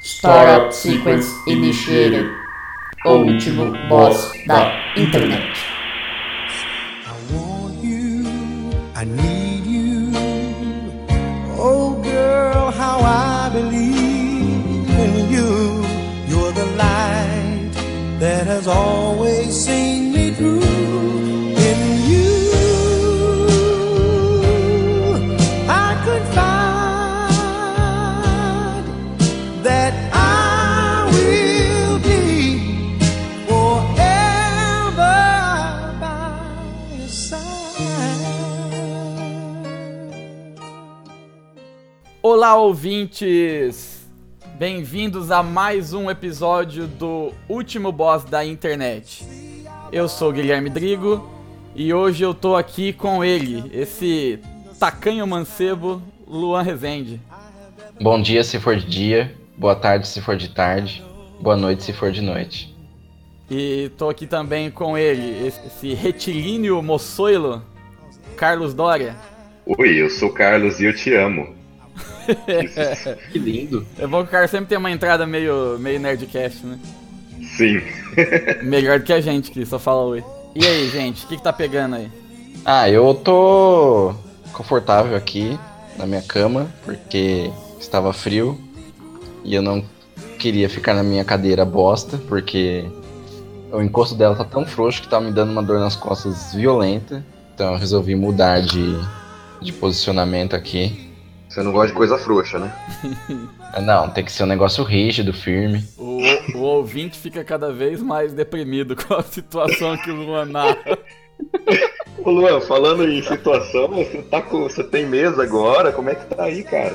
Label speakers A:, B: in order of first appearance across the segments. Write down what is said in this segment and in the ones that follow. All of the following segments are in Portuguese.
A: Startup Sequence Initiated, o último boss da internet.
B: I want you, I need you. Oh, girl, how I believe in you. You're the light that has always seen me through. In you, I could find that I will be forever by your side.
C: Olá, ouvintes! Bem-vindos a mais um episódio do Último Boss da Internet. Eu sou o Guilherme Drigo e hoje eu tô aqui com ele, esse tacanho mancebo Luan Rezende.
D: Bom dia se for de dia, boa tarde se for de tarde, boa noite se for de noite.
C: E tô aqui também com ele, esse- esse retilíneo moçoilo Carlos Doria.
E: Oi, eu sou o Carlos e eu te amo.
D: Que lindo.
C: É bom que o cara sempre tem uma entrada meio, meio nerdcast, né?
E: Sim.
C: Melhor do que a gente que só fala oi. E aí, gente, o que, que tá pegando aí?
D: Ah, eu tô confortável aqui na minha cama porque estava frio e eu não queria ficar na minha cadeira bosta porque o encosto dela tá tão frouxo que tá me dando uma dor nas costas violenta. Então eu resolvi mudar de, de posicionamento aqui.
E: Você não gosta de coisa frouxa, né?
D: Ah, Não, tem que ser um negócio rígido, firme.
C: O, o ouvinte fica cada vez mais deprimido com a situação que o Luan narra.
E: Ô Luan, falando em situação, você tá com. Você tem mesa agora? Como é que tá aí, cara?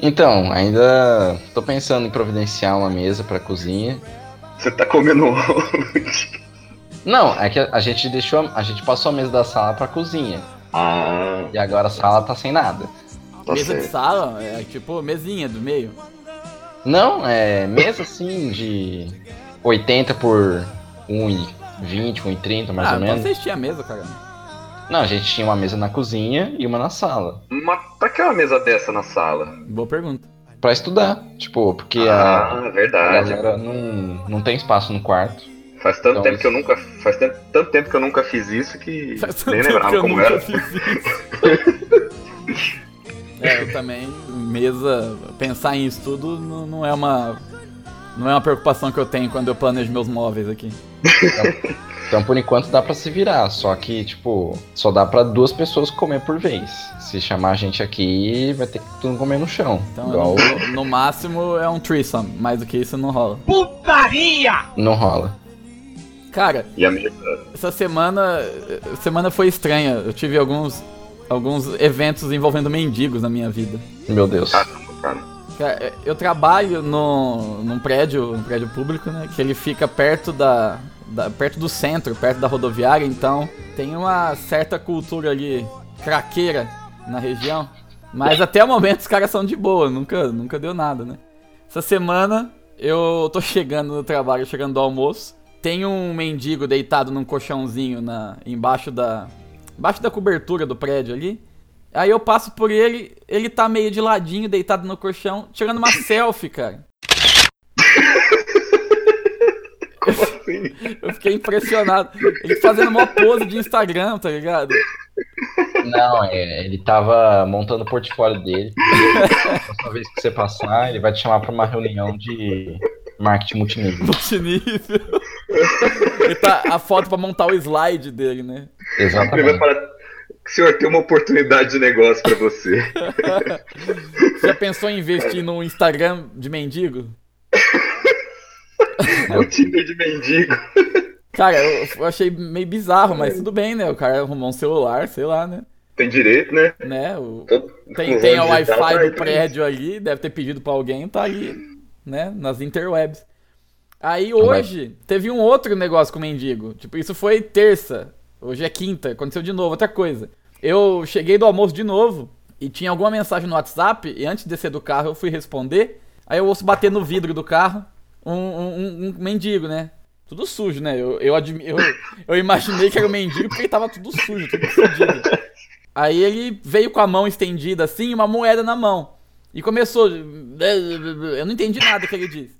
D: Então, ainda tô pensando em providenciar uma mesa pra cozinha.
E: Você tá comendo onde?
D: Não, é que a a gente deixou, a gente passou a mesa da sala pra cozinha
E: Ah,
D: e agora a sala tá sem nada.
E: tá
C: Mesa de
E: certo.
C: sala é tipo mesinha do meio.
D: Não, é mesa assim de 80 por 1,20, 1,30 mais
C: ah,
D: ou
C: então
D: menos.
C: vocês tinham mesa, cara.
D: Não, a gente tinha uma mesa na cozinha e uma na sala
E: Mas pra que uma mesa dessa na sala?
C: Boa pergunta.
D: Pra estudar, tipo, porque a
E: Ah,
D: a
E: verdade.
D: galera não, não tem espaço no quarto.
E: Faz tanto
D: Então,
E: tempo que eu
D: isso-
E: nunca. Faz tanto, tanto tempo que eu nunca fiz isso que
C: Faz tanto
E: nem
C: tempo que
E: lembrava
C: eu
E: como
C: nunca
E: era.
C: fiz isso. é, eu também. Mesa, pensar em estudo não, não é uma. Não é uma preocupação que eu tenho quando eu planejo meus móveis aqui.
D: Então, por enquanto dá pra se virar, só que tipo, só dá pra duas pessoas comer por vez. Se chamar a gente aqui, vai ter que todo mundo comer no chão.
C: Então,
D: Igual
C: eu- no máximo é um threesome. Mais do que isso não rola.
D: não rola.
C: Cara,
E: E a mesa.
C: Essa semana, semana foi estranha. Eu tive alguns, alguns eventos envolvendo mendigos na minha vida.
D: Meu Deus.
E: Caramba, ah, cara.
C: Cara, É, Eu trabalho no, num prédio, um prédio público, né? Que ele fica perto da, da- perto do centro, perto da rodoviária. Então tem uma certa cultura ali craqueira na região. Mas até o momento os caras são de boa. Nunca, nunca deu nada, né? Essa semana eu tô chegando no trabalho, chegando do almoço. Tem um mendigo deitado num colchãozinho na, embaixo da. Embaixo da cobertura do prédio ali. Aí eu passo por ele, ele tá meio de ladinho, deitado no colchão, tirando uma selfie, cara.
E: Como assim?
C: Eu fiquei impressionado. Ele fazendo uma pose de Instagram, tá ligado?
D: Não, é, ele tava montando o portfólio dele. Toda vez que você passar, ele vai te chamar pra uma reunião de marketing multinível.
C: Multinível. Ele tá a foto pra montar o slide dele, né?
E: Ele vai
D: Exatamente.
E: falar. Senhor, tem uma oportunidade de negócio pra você.
C: Você já pensou em investir num Instagram de mendigo?
E: O Tinder de mendigo.
C: Cara, eu, eu achei meio bizarro, mas tudo bem, né? O cara arrumou um celular, sei lá, né?
E: Tem direito, né?
C: né? O,
E: Todo-
C: tem
E: com
C: tem o
E: zona digital,
C: Wi-Fi
E: vai,
C: do
E: tá
C: prédio ali, deve ter pedido pra alguém, tá ali, né? Nas interwebs. Aí
D: vai.
C: hoje teve um outro negócio com o mendigo. Tipo, isso foi terça. Hoje é quinta, aconteceu de novo, outra coisa. Eu cheguei do almoço de novo e tinha alguma mensagem no WhatsApp, e antes de descer do carro eu fui responder. Aí eu ouço bater no vidro do carro um, um- um- um mendigo, né? Tudo sujo, né? Eu, eu, admi- eu, eu imaginei que era um mendigo porque ele tava tudo sujo, tudo fodido. Aí ele veio com a mão estendida assim e uma moeda na mão. E começou. né, Eu não entendi nada que ele disse.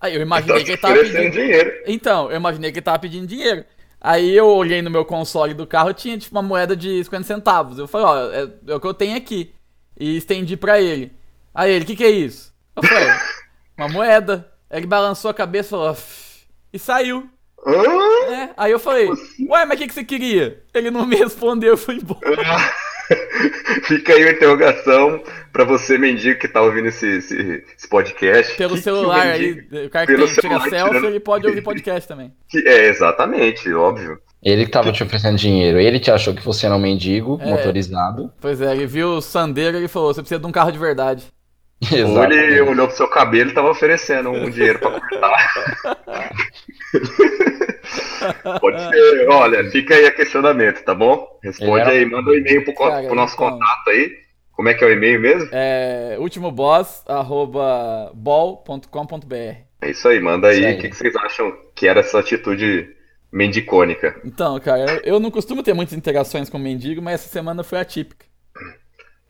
C: Aí eu imaginei que ele tava
E: Oferecendo
C: tá pedindo.
E: tá dinheiro.
C: Então, eu imaginei que ele tava pedindo dinheiro. Aí eu olhei no meu console do carro, tinha tipo uma moeda de 50 centavos. Eu falei, ó, é, é o que eu tenho aqui. E estendi pra ele. Aí ele, o que que é isso? Eu falei, uma moeda. Ele balançou a cabeça e falou, "Aff", e saiu.
E: Hã?
C: né? Aí eu falei, ué, mas o que, que você queria? Ele não me respondeu, eu fui embora.
E: Fica aí a interrogação pra você, mendigo, que tá ouvindo esse, esse, esse podcast.
C: Pelo
E: Que- que o
C: celular aí,
E: mendigo-
C: o cara que
E: pelo
C: tem, tira
E: celular,
C: selfie,
E: tirando-
C: ele pode ouvir podcast também.
E: que- é, exatamente, óbvio.
D: Ele que tava te oferecendo dinheiro. Ele te achou que você era um mendigo
C: É.
D: motorizado.
C: Pois é, ele viu o Sandeiro e ele falou, você precisa de um carro de verdade.
E: Ou
D: Exato.
E: ele olhou pro seu cabelo e tava oferecendo um dinheiro pra cortar. Pode ser, olha, fica aí a questionamento, tá bom? Responde
D: Ele era-
E: aí, manda um e-mail pro, co-
C: Cara,
E: pro nosso
C: então-
E: contato aí. Como é que é o e-mail mesmo?
C: É, ultimoboss, arroba, bol.com.br.
E: É isso aí, manda
D: Isso
E: aí.
D: aí.
E: O que, que vocês acham que era essa atitude mendicônica?
C: Então, cara, eu- eu não costumo ter muitas interações com mendigo, mas essa semana foi atípica.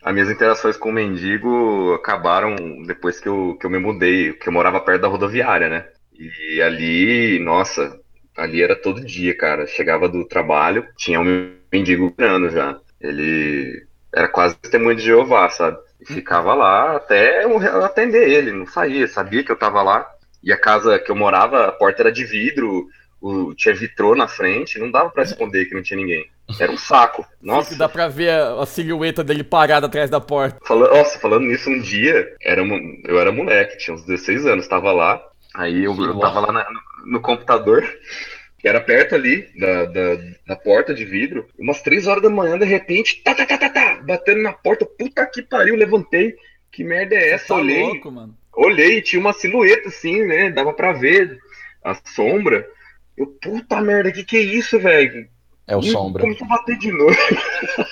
E: As minhas interações com o mendigo acabaram depois que eu, que eu me mudei, que eu morava perto da rodoviária, né? E ali, nossa, ali era todo dia, cara. Chegava do trabalho, tinha um mendigo grano já. Ele era quase testemunho de Jeová, sabe? E ficava lá até eu atender ele, não saía, sabia que eu tava lá. E a casa que eu morava, a porta era de vidro, o, tinha vitrô na frente, não dava pra esconder que não tinha ninguém. Era um saco. Nossa,
C: Nossa. Dá pra ver a, a silhueta dele parada atrás da porta.
E: Fala- nossa, falando nisso, um dia, era, mo- eu era moleque, tinha uns 16 anos, tava lá, aí eu, eu tava lá na- no computador, que era perto ali da, da, da porta de vidro, umas 3 horas da manhã, de repente, tá, tá, tá, tá, tá, batendo na porta, puta que pariu, levantei, que merda é essa?
C: Tá
E: olhei,
C: louco, mano.
E: olhei e tinha uma silhueta assim, né? Dava pra ver a sombra. Eu, puta merda, que que é isso, velho?
D: É o
E: Ih,
D: Sombra.
E: Começou a bater de novo.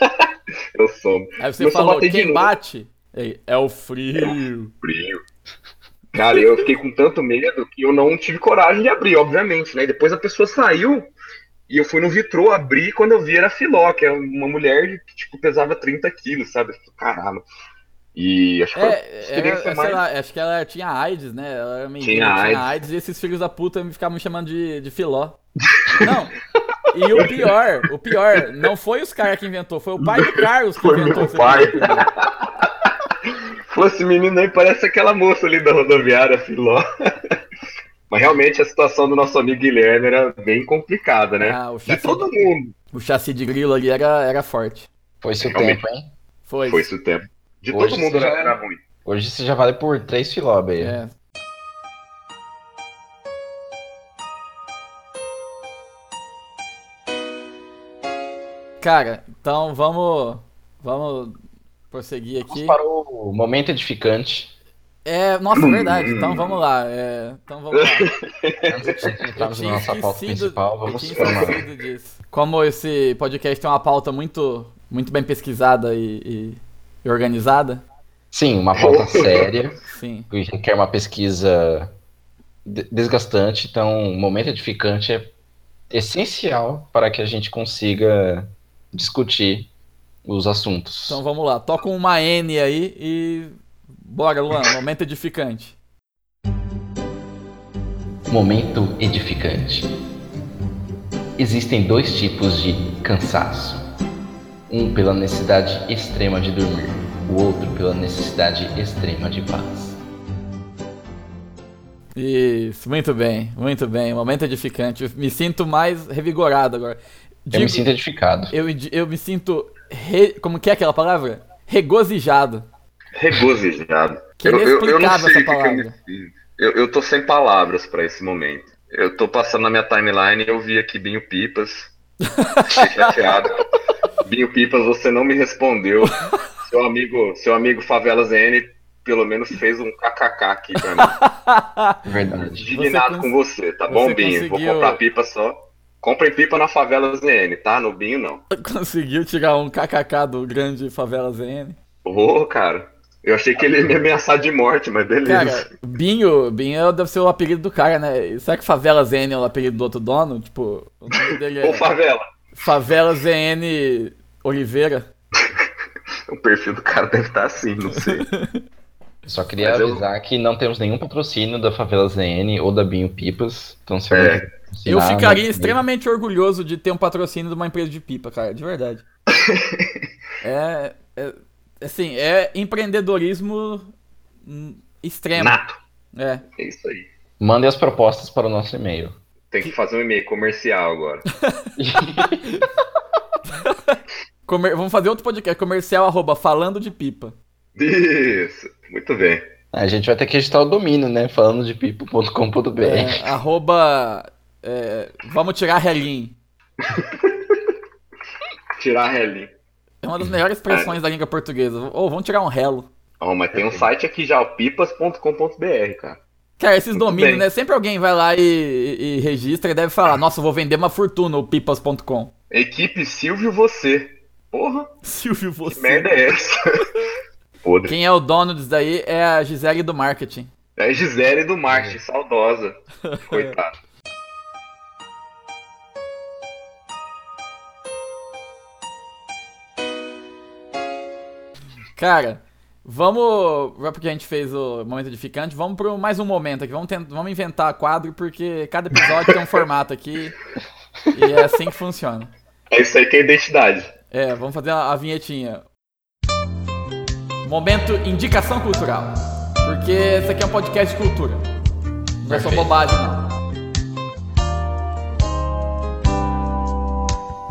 E: é o sombra.
C: Aí você
E: Começou a
C: falou,
E: bater tá de
C: quem
E: novo.
C: bate? Ele, É o frio.
E: frio. Cara, eu fiquei com tanto medo que eu não tive coragem de abrir, obviamente, né? E Depois a pessoa saiu e eu fui no vitrô, abri, quando eu vi era a Filó, que é uma mulher que, tipo, pesava 30 quilos, sabe? Eu falei, Caramba. E acho que foi a
C: É, era,
E: experiência
C: sei
E: mais...
C: lá, acho que ela tinha AIDS, né? Ela era mendiga,
E: Tinha
C: tinha AIDS.
E: AIDS.
C: e esses filhos da puta me ficavam me chamando de, de filó. Não. E o pior, o pior, não foi os caras que inventou, foi o pai do Carlos que
E: Foi
C: inventou
E: meu
C: esse
E: pai.
C: apelido.
E: Falou, esse menino aí parece aquela moça ali da rodoviária, Filó. Mas realmente a situação do nosso amigo Guilherme era bem complicada, né?
C: Ah, o
E: De
C: chassi,
E: todo mundo.
C: o chassi de grilo ali era, era forte.
D: Foi seu
E: Realmente.
D: tempo, hein?
C: Foi.
E: Foi esse o tempo. De
D: Hoje
E: todo mundo
D: você já-
E: era ruim.
D: Hoje você já vale por três filó, Beia.
C: É. Cara, então vamos vamos prosseguir
D: Vamos
C: aqui.
D: para o momento edificante.
C: É, nossa, é verdade. Então vamos lá. é, então vamos lá.
D: Antes de entrarmos na
C: tinha
D: nossa pauta
C: esquecido-
D: principal,
C: eu
D: vamos
C: tinha
D: para uma...
C: esquecido disso. Como esse podcast tem uma pauta muito, muito bem pesquisada e, e- e organizada,
D: Sim, uma pauta séria,
C: sim.
D: que requer uma pesquisa de- desgastante, então o momento edificante é essencial para que a gente consiga discutir os assuntos.
C: Então vamos lá. Toca uma N aí e bora, Luan. Momento edificante.
D: Momento edificante. Existem dois tipos de cansaço. Um pela necessidade extrema de dormir, o outro pela necessidade extrema de paz.
C: Isso, muito bem, muito bem. Momento edificante. Eu me sinto mais revigorado agora.
D: Eu me
C: Digo-
D: sinto edificado.
C: eu, eu me sinto. re- como que é aquela palavra? Regozijado.
E: Regozijado.
C: Que é inexplicável essa
E: o que que eu me
C: palavra.
E: fiz. Eu, eu tô sem palavras pra esse momento. Eu tô passando na minha timeline e eu vi aqui Binho Pipas. Fiquei chateado. Binho Pipas, você não me respondeu. Seu amigo, seu amigo Favela ZN pelo menos fez um kkk aqui pra mim.
D: É verdade.
E: Indignado
C: cons-
E: com você, tá bom,
C: você
E: Binho? Vou
C: conseguiu-
E: comprar pipa só. Comprem pipa na Favela ZN, tá? No Binho não.
C: Conseguiu tirar um kkk do grande Favela ZN.
E: Ô, cara. Eu achei que ele ia me ameaçar de morte, mas beleza.
C: Cara, Binho, Binho deve ser o apelido do cara, né? Será que Favela ZN é o apelido do outro dono? Tipo, o nome dele
E: Ô,
C: é
E: Favela.
C: Favela ZN Oliveira.
E: O perfil do cara deve estar assim, não sei.
D: Só queria
E: Mas eu-
D: avisar que não temos nenhum patrocínio da Favela ZN ou da Binho Pipas. Então se
E: É.
D: alguém patrocinar,
C: Eu ficaria
D: né,
C: extremamente orgulhoso de ter um patrocínio de uma empresa de pipa, cara, de verdade. é, é- Assim, é empreendedorismo hum, extremo.
E: Nato.
C: É.
E: É isso aí.
D: Mandem as propostas para o nosso e-mail.
E: Tem que fazer um e-mail comercial agora.
C: Comer- Vamos fazer outro podcast comercial arroba falando de pipa.
E: Isso. Muito bem.
D: A gente vai ter que editar o domínio, né? Falando de pipo.com.br.
C: É, arroba. é, vamos tirar relim.
E: Tirar a relinha.
C: É uma das melhores expressões da língua portuguesa. Ou vamos tirar um relo.
E: Ó, mas tem um site aqui já, o pipas.com.br, cara.
C: Cara, esses
E: Muito
C: domínios,
E: bem.
C: né? Sempre alguém vai lá e, e- e registra e deve falar: Nossa, eu vou vender uma fortuna o pipas.com.
E: Equipe Silvio Você. Porra,
C: Silvio,
E: que
C: você.
E: merda é essa? Podre.
C: Quem é o dono disso daí é a Gisele do marketing.
E: É Gisele do marketing, saudosa. Coitado.
C: Cara, vamos. Já porque a gente fez o momento edificante, vamos pro mais um momento aqui. Vamos, tent- vamos inventar quadro, porque cada episódio tem um formato aqui. E é assim que funciona.
E: É isso aí que é identidade.
C: É, vamos fazer a, a vinhetinha. Momento indicação cultural. Porque esse aqui é um podcast de cultura. Não é só
D: Perfeito.
C: bobagem, não.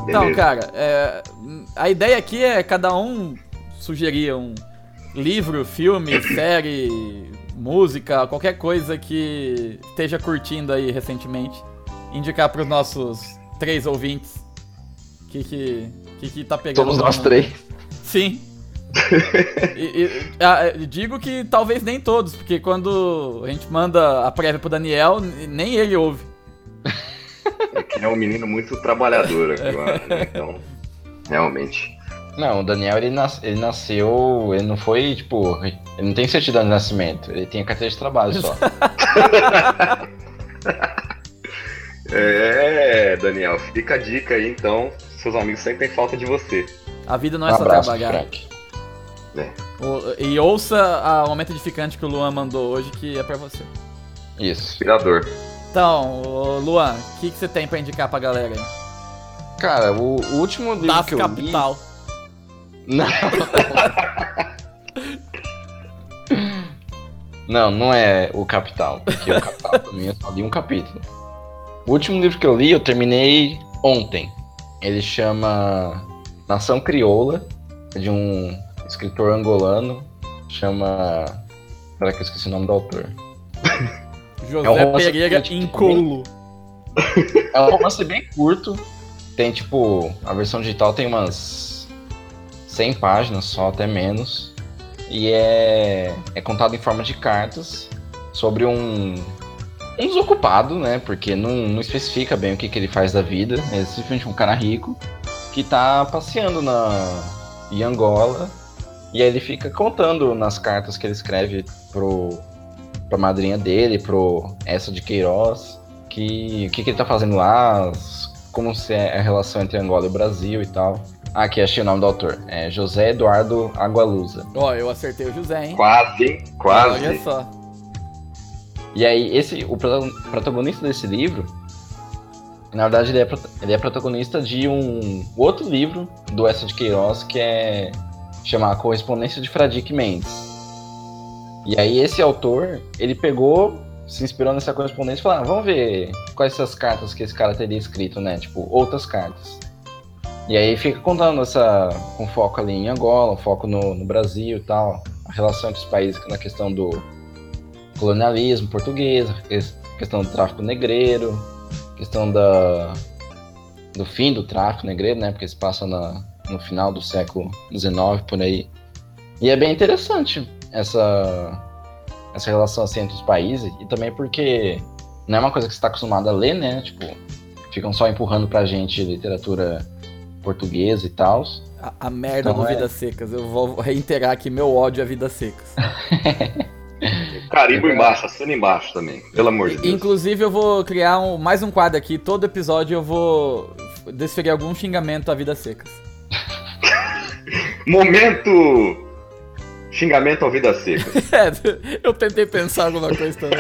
C: Então,
E: Beleza.
C: cara, é, a ideia aqui é cada um sugerir um livro, filme, série, música, qualquer coisa que esteja curtindo aí recentemente. Indicar pros nossos três ouvintes que que, que, que tá pegando.
D: Somos
C: no
D: nós
C: mundo.
D: três.
C: Sim. E- e- ah, eu digo que talvez nem todos, porque quando a gente manda a prévia pro Daniel, n- nem ele ouve.
E: É que é um menino muito trabalhador aqui, mano. né? Então, realmente.
D: Não, o Daniel ele, nas- ele nasceu. Ele não foi, tipo. Ele não tem certidão de nascimento. Ele tem a carteira de trabalho só.
E: É, Daniel, fica a dica aí, então. Seus amigos sempre têm falta de você.
C: A vida não
D: Um
C: é só
D: abraço,
C: trabalhar.
D: Frank.
C: O- E ouça a- o momento edificante que o Luan mandou hoje, que é pra você.
D: Isso.
E: Inspirador.
C: Então, ô, Luan, o que, que você tem pra indicar pra galera aí?
D: Cara, o, o último livro
C: Das
D: que eu li.
C: Capital.
D: Não. não, não é o Capital. Porque o Capital pra mim eu só li um capítulo. O último livro que eu li, eu terminei ontem. Ele chama Nação Crioula, de um escritor angolano. Chama. Será que eu esqueci o nome do autor?
C: José
D: É um romance
C: Pereira
D: político
C: Incolo.
D: É um romance bem curto. Tem tipo. A versão digital tem umas 100 páginas só, até menos. E é. É contado em forma de cartas sobre um. Um desocupado, né? Porque não, não especifica bem o que, que ele faz da vida. É simplesmente um cara rico que tá passeando na, em Angola. E aí ele fica contando nas cartas que ele escreve pro, pra madrinha dele, pro essa de Queiroz que o que, que ele tá fazendo lá, as- como se é a relação entre Angola e o Brasil e tal. Ah, aqui achei o nome do autor. É José Eduardo Agualusa.
C: Ó, eu acertei o José, hein?
E: Quase, hein?
C: Olha
E: Quase.
C: só.
D: E aí, esse, o prota- protagonista desse livro, na verdade, ele é, prota- ele é protagonista de um outro livro do Essa de Queiroz, que é chamar Correspondência de Fradique Mendes. E aí, esse autor, ele pegou, se inspirou nessa correspondência e falou: ah, vamos ver quais essas cartas que esse cara teria escrito, né? Tipo, outras cartas. E aí fica contando essa. com foco ali em Angola, foco no, no Brasil e tal, a relação entre os países na questão do colonialismo português, a questão do tráfico negreiro, questão da, do fim do tráfico negreiro, né? Porque se passa na- no final do século XIX, por aí. E é bem interessante essa, essa relação assim, entre os países, e também porque não é uma coisa que você está acostumado a ler, né? Tipo, ficam só empurrando pra gente literatura portuguesa e tal.
C: A, a merda
D: Então
C: do
D: é.
C: Vidas Secas. Eu vou reiterar aqui meu ódio a Vidas Secas. É
E: Carimbo embaixo, assina embaixo também. Pelo amor de Deus.
C: Inclusive, eu vou criar um- mais um quadro aqui. Todo episódio eu vou desferir algum xingamento a Vidas Secas.
E: Momento! Xingamento ao vida seca.
C: É, eu tentei pensar alguma coisa também.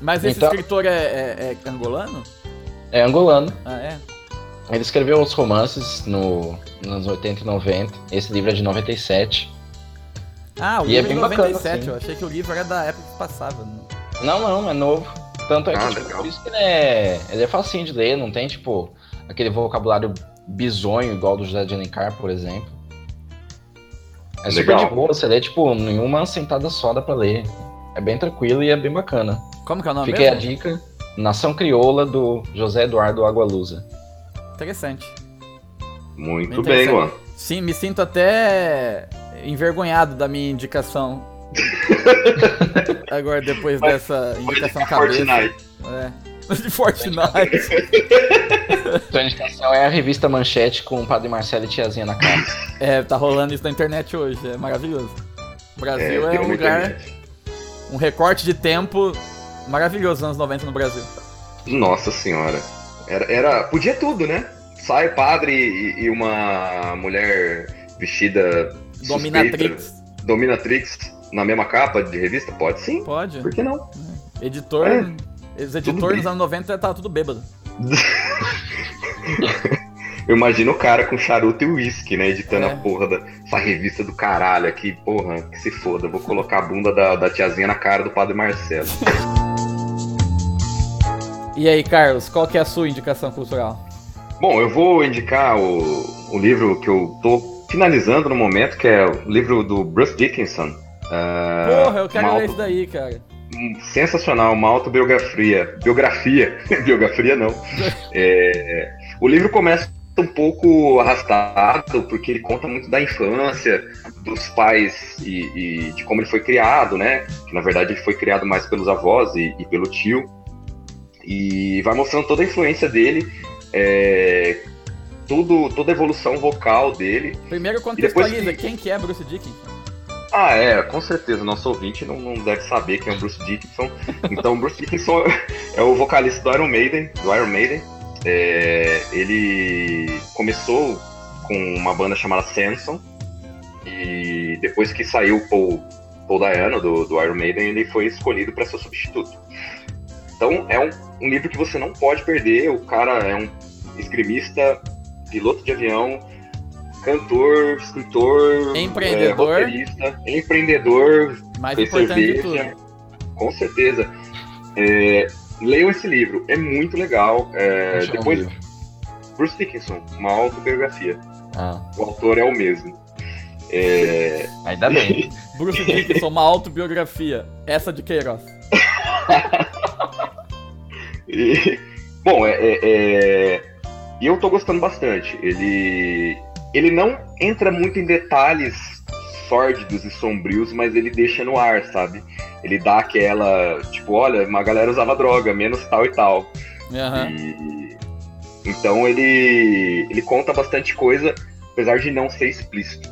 C: Mas esse
D: Então-
C: escritor é, é- é angolano?
D: É angolano.
C: Ah, é?
D: Ele escreveu outros romances no, nos anos 80 e 90. Esse livro é de 97.
C: Ah, o
D: E é
C: livro é de
D: bem bacana,
C: 97,
D: sim.
C: eu achei que o livro era da época que passava. né?
D: Não, não, é novo. Tanto é que,
E: Ah,
D: tipo,
E: legal.
D: por isso que ele é, ele é facinho de ler, não tem, tipo, aquele vocabulário bizonho igual do José de Alencar, por exemplo. É super
E: Legal.
D: de boa, você lê, tipo, nenhuma sentada só dá pra ler. É bem tranquilo e é bem bacana.
C: Como que é o nome
D: Fica aí a
C: mesmo?
D: dica. Nação Crioula, do José Eduardo Agualusa.
C: Interessante.
E: Muito
C: Bem
E: bem,
C: interessante.
E: Luan.
C: Sim, me sinto até envergonhado da minha indicação. Agora, depois dessa indicação cabeça.
E: Fortnite.
C: É. De Fortnite.
D: Sua indicação é a revista Manchete com o Padre Marcelo e Tiazinha na capa.
C: É, tá rolando isso na internet hoje, é maravilhoso. O Brasil é,
E: tem
C: um
E: uma
C: lugar,
E: internet.
C: um recorte de tempo maravilhoso anos 90 no Brasil.
E: Nossa senhora. Era, era- Podia tudo, né? Sai o padre e, e uma mulher vestida. suspeita,
C: Dominatrix,
E: Dominatrix na mesma capa de revista? Pode sim.
C: pode.
E: Por que não?
C: Editor, os editores
E: É. bem.
C: nos anos 90 tava tudo bêbado.
E: Eu imagino o cara com charuto e uísque, né? Editando
C: É.
E: a porra da. Essa revista do caralho aqui, porra, que se foda. Vou colocar a bunda da, da tiazinha na cara do padre Marcelo.
C: E aí, Carlos, qual que é a sua indicação cultural?
E: Bom, eu vou indicar o, o livro que eu tô finalizando no momento, que é o livro do Bruce Dickinson. Ah,
C: Porra, eu quero
E: uma
C: ler
E: auto-
C: isso daí, cara.
E: um- Sensacional, uma autobiografia. Biografia. Biografia não. É, o livro começa um pouco arrastado, porque ele conta muito da infância, dos pais e, e de como ele foi criado, né? Que na verdade ele foi criado mais pelos avós e, e pelo tio. E vai mostrando toda a influência dele, é, tudo, toda a evolução vocal dele.
C: Primeiro
E: depois
C: contextualiza,
E: que-
C: quem que é Bruce Dickinson?
E: Ah, é, com certeza. Nosso ouvinte não, não deve saber quem é o Bruce Dickinson. Então, o Bruce Dickinson é o vocalista do Iron Maiden. Do Iron Maiden. É, ele começou com uma banda chamada Samson. E depois que saiu o Paul, Paul Dayano do, do Iron Maiden, ele foi escolhido para ser substituto. Então, é um, um livro que você não pode perder. O cara é um esgrimista, piloto de avião, cantor, escritor,
C: Empreendedor.
E: é, roteirista, empreendedor,
C: Mais
E: tem
C: importante de
E: cerveja.
C: tudo.
E: Com certeza. É, leiam esse livro, é muito legal. É,
D: Deixa eu
E: depois,
D: ouvir.
E: Bruce Dickinson, uma autobiografia.
D: Ah,
E: O autor é o mesmo. É,
D: ainda bem.
C: Bruce Dickinson, uma autobiografia. Essa de Queiroz.
E: e- bom, é, é- é- e eu tô gostando bastante. Ele, ele não entra muito em detalhes sórdidos e sombrios, mas ele deixa no ar, sabe? Ele dá aquela, tipo, olha, uma galera usava droga, menos tal e tal.
C: Aham.
E: E- Então ele, ele conta bastante coisa, apesar de não ser explícito.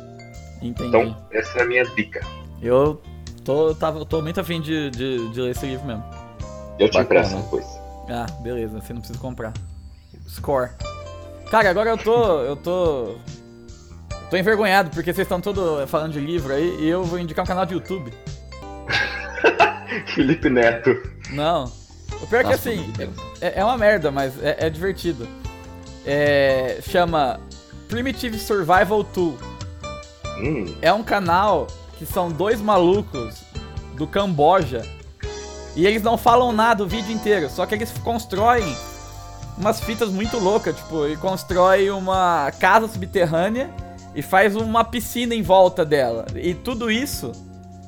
C: Entendi.
E: Então, essa é a minha dica.
C: Eu tô, tava, tô muito afim de, de, de ler esse livro mesmo.
E: Eu te
D: Bacana.
E: empresto depois.
C: Ah, beleza, você não precisa comprar. Score. Cara, agora eu tô. Eu tô. Tô envergonhado, porque vocês estão todos falando de livro aí e eu vou indicar um canal de YouTube.
E: Felipe Neto.
C: Não. O pior é que
D: Nossa,
C: assim,
D: meu Deus.
C: é, é uma merda, mas é, é divertido. É, chama Primitive Survival 2.
E: Hum,
C: é um canal que são dois malucos do Camboja e eles não falam nada o vídeo inteiro, só que eles constroem umas fitas muito loucas, tipo, ele constrói uma casa subterrânea e faz uma piscina em volta dela. E tudo isso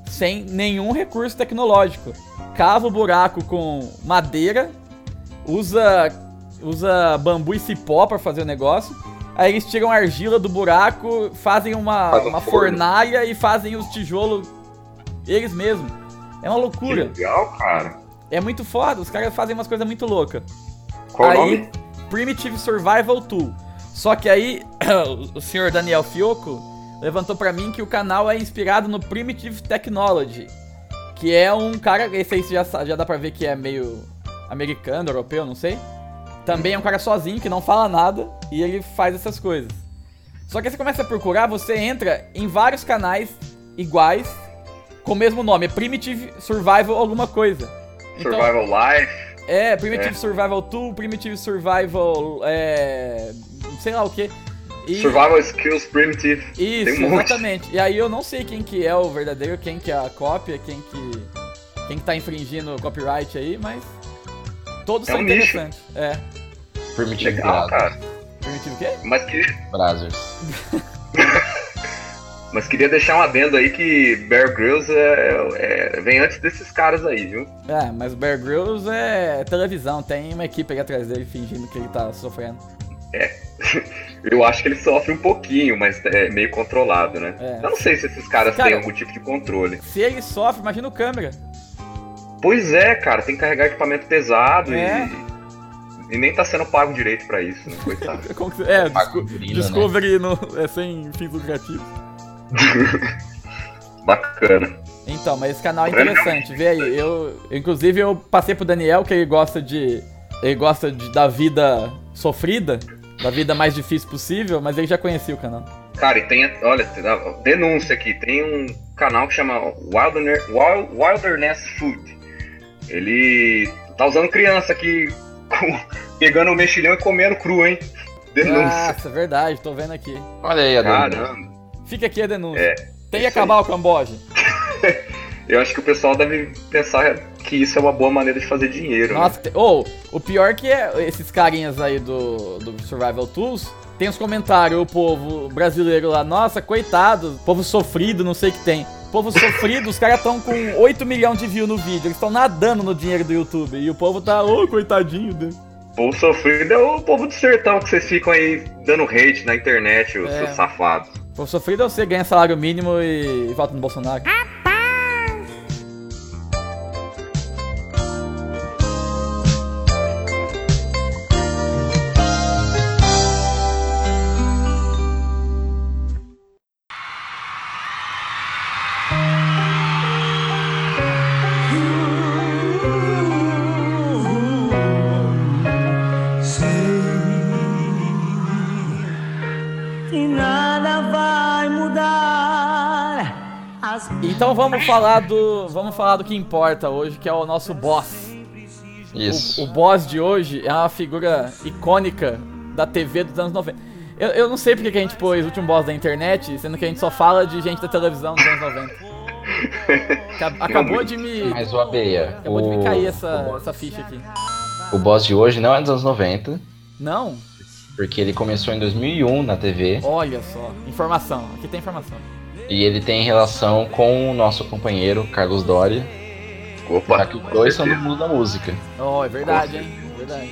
C: sem nenhum recurso tecnológico. Cava o buraco com madeira, usa usa bambu e cipó pra fazer o negócio. Aí eles tiram a argila do buraco, fazem uma,
E: Faz um
C: uma
E: forno.
C: fornalha e fazem os tijolos eles mesmos. É uma
E: que
C: loucura.
E: legal, cara.
C: É muito foda, os caras fazem umas coisas muito loucas.
E: Qual
C: aí, então-
E: o nome?
C: Primitive Survival 2. Só que aí, o senhor Daniel Fioco levantou pra mim que o canal é inspirado no Primitive Technology. Que é um cara, esse aí já, sa- já dá pra ver que é meio americano, europeu, não sei. Também é um cara sozinho, que não fala nada, e ele faz essas coisas. Só que aí você começa a procurar, você entra em vários canais iguais com o mesmo nome, é Primitive Survival alguma coisa. Então,
E: Survival Life.
C: é, Primitive Survival 2, Primitive Survival, é, sei lá o que.
E: Survival Skills Primitive.
C: Isso,
E: Tem um monte.
C: exatamente. E aí eu não sei quem que é o verdadeiro, quem que é a cópia, quem que quem que tá infringindo o copyright aí, mas todos
E: É
C: são
E: um nicho.
C: interessantes. É.
D: Primitive
E: Legal,
D: Bra-
E: cara.
C: Permitiu o quê?
E: Mas, que,
D: Brazzers.
E: mas queria deixar um adendo aí que Bear Grylls é- é- vem antes desses caras aí, viu?
C: É, mas o Bear Grylls é televisão, tem uma equipe ali atrás dele fingindo que ele tá sofrendo.
E: Eu acho que ele sofre um pouquinho, mas é meio controlado, né?
C: É.
E: Eu não sei se esses caras
C: Cara-
E: têm algum tipo de controle.
C: Se ele sofre, imagina o câmera.
E: Pois é, cara, tem que carregar equipamento pesado
C: É.
E: e. E nem tá sendo pago direito pra isso, né? Coitado.
C: Como que- É,
D: Paco
C: disco,
D: Gorila, né?
C: Discovery no- é sem fins lucrativos.
E: Bacana.
C: Então, mas esse canal é interessante, vê aí. Eu, inclusive, eu passei pro Daniel que ele gosta de. Ele gosta de, da vida sofrida, da vida mais difícil possível, mas ele já conhecia o canal.
E: Cara, e tem. Olha, tem- ó, denúncia aqui. Tem um canal que chama Wilderner- Wild- Wilderness Food. Ele tá usando criança aqui, com- pegando o mexilhão e comendo cru, hein? Denúncia.
C: Nossa, é verdade, tô vendo aqui.
D: Olha aí, Adão.
E: Caramba.
C: Fica aqui a denúncia.
E: É,
C: Tem
E: isso
C: que acabar o Camboja.
E: Eu acho que o pessoal deve pensar que isso é uma boa maneira de fazer dinheiro. né?
C: Nossa, te- ou, o pior que é esses carinhas aí do, do Survival Tools, tem os comentários, o povo brasileiro lá, nossa, coitado, povo sofrido, não sei o que tem. Povo sofrido, os caras estão com 8 milhões de views no vídeo, eles estão nadando no dinheiro do YouTube. E o povo tá, ô, coitadinho dele.
E: O povo sofrido é o povo do sertão que vocês ficam aí dando hate na internet, os
C: É.
E: seus safados.
C: Povo sofrido é você ganha salário mínimo e, e vota no Bolsonaro.
B: E nada vai mudar. As
C: Então vamos falar do. Vamos falar do que importa hoje, que é o nosso boss. O, o
D: Isso.
C: boss de hoje é uma figura icônica da TV dos anos 90. Eu, eu não sei porque que a gente pôs o último boss da internet, sendo que a gente só fala de gente da televisão dos anos 90. Acab- Acabou de me.
D: Mas o Abeia.
C: Acabou de me cair
D: O,
C: essa, essa ficha aqui.
D: o boss de hoje não é dos anos 90,
C: Não?
D: porque ele começou em 2001 na TV.
C: Olha só. Informação. Aqui tem informação.
D: E ele tem relação com o nosso companheiro Carlos Doria.
E: Opa,
D: Já que os dois
E: com
D: são do
E: certeza.
D: mundo da música.
C: Oh, é verdade, hein? Verdade. hein?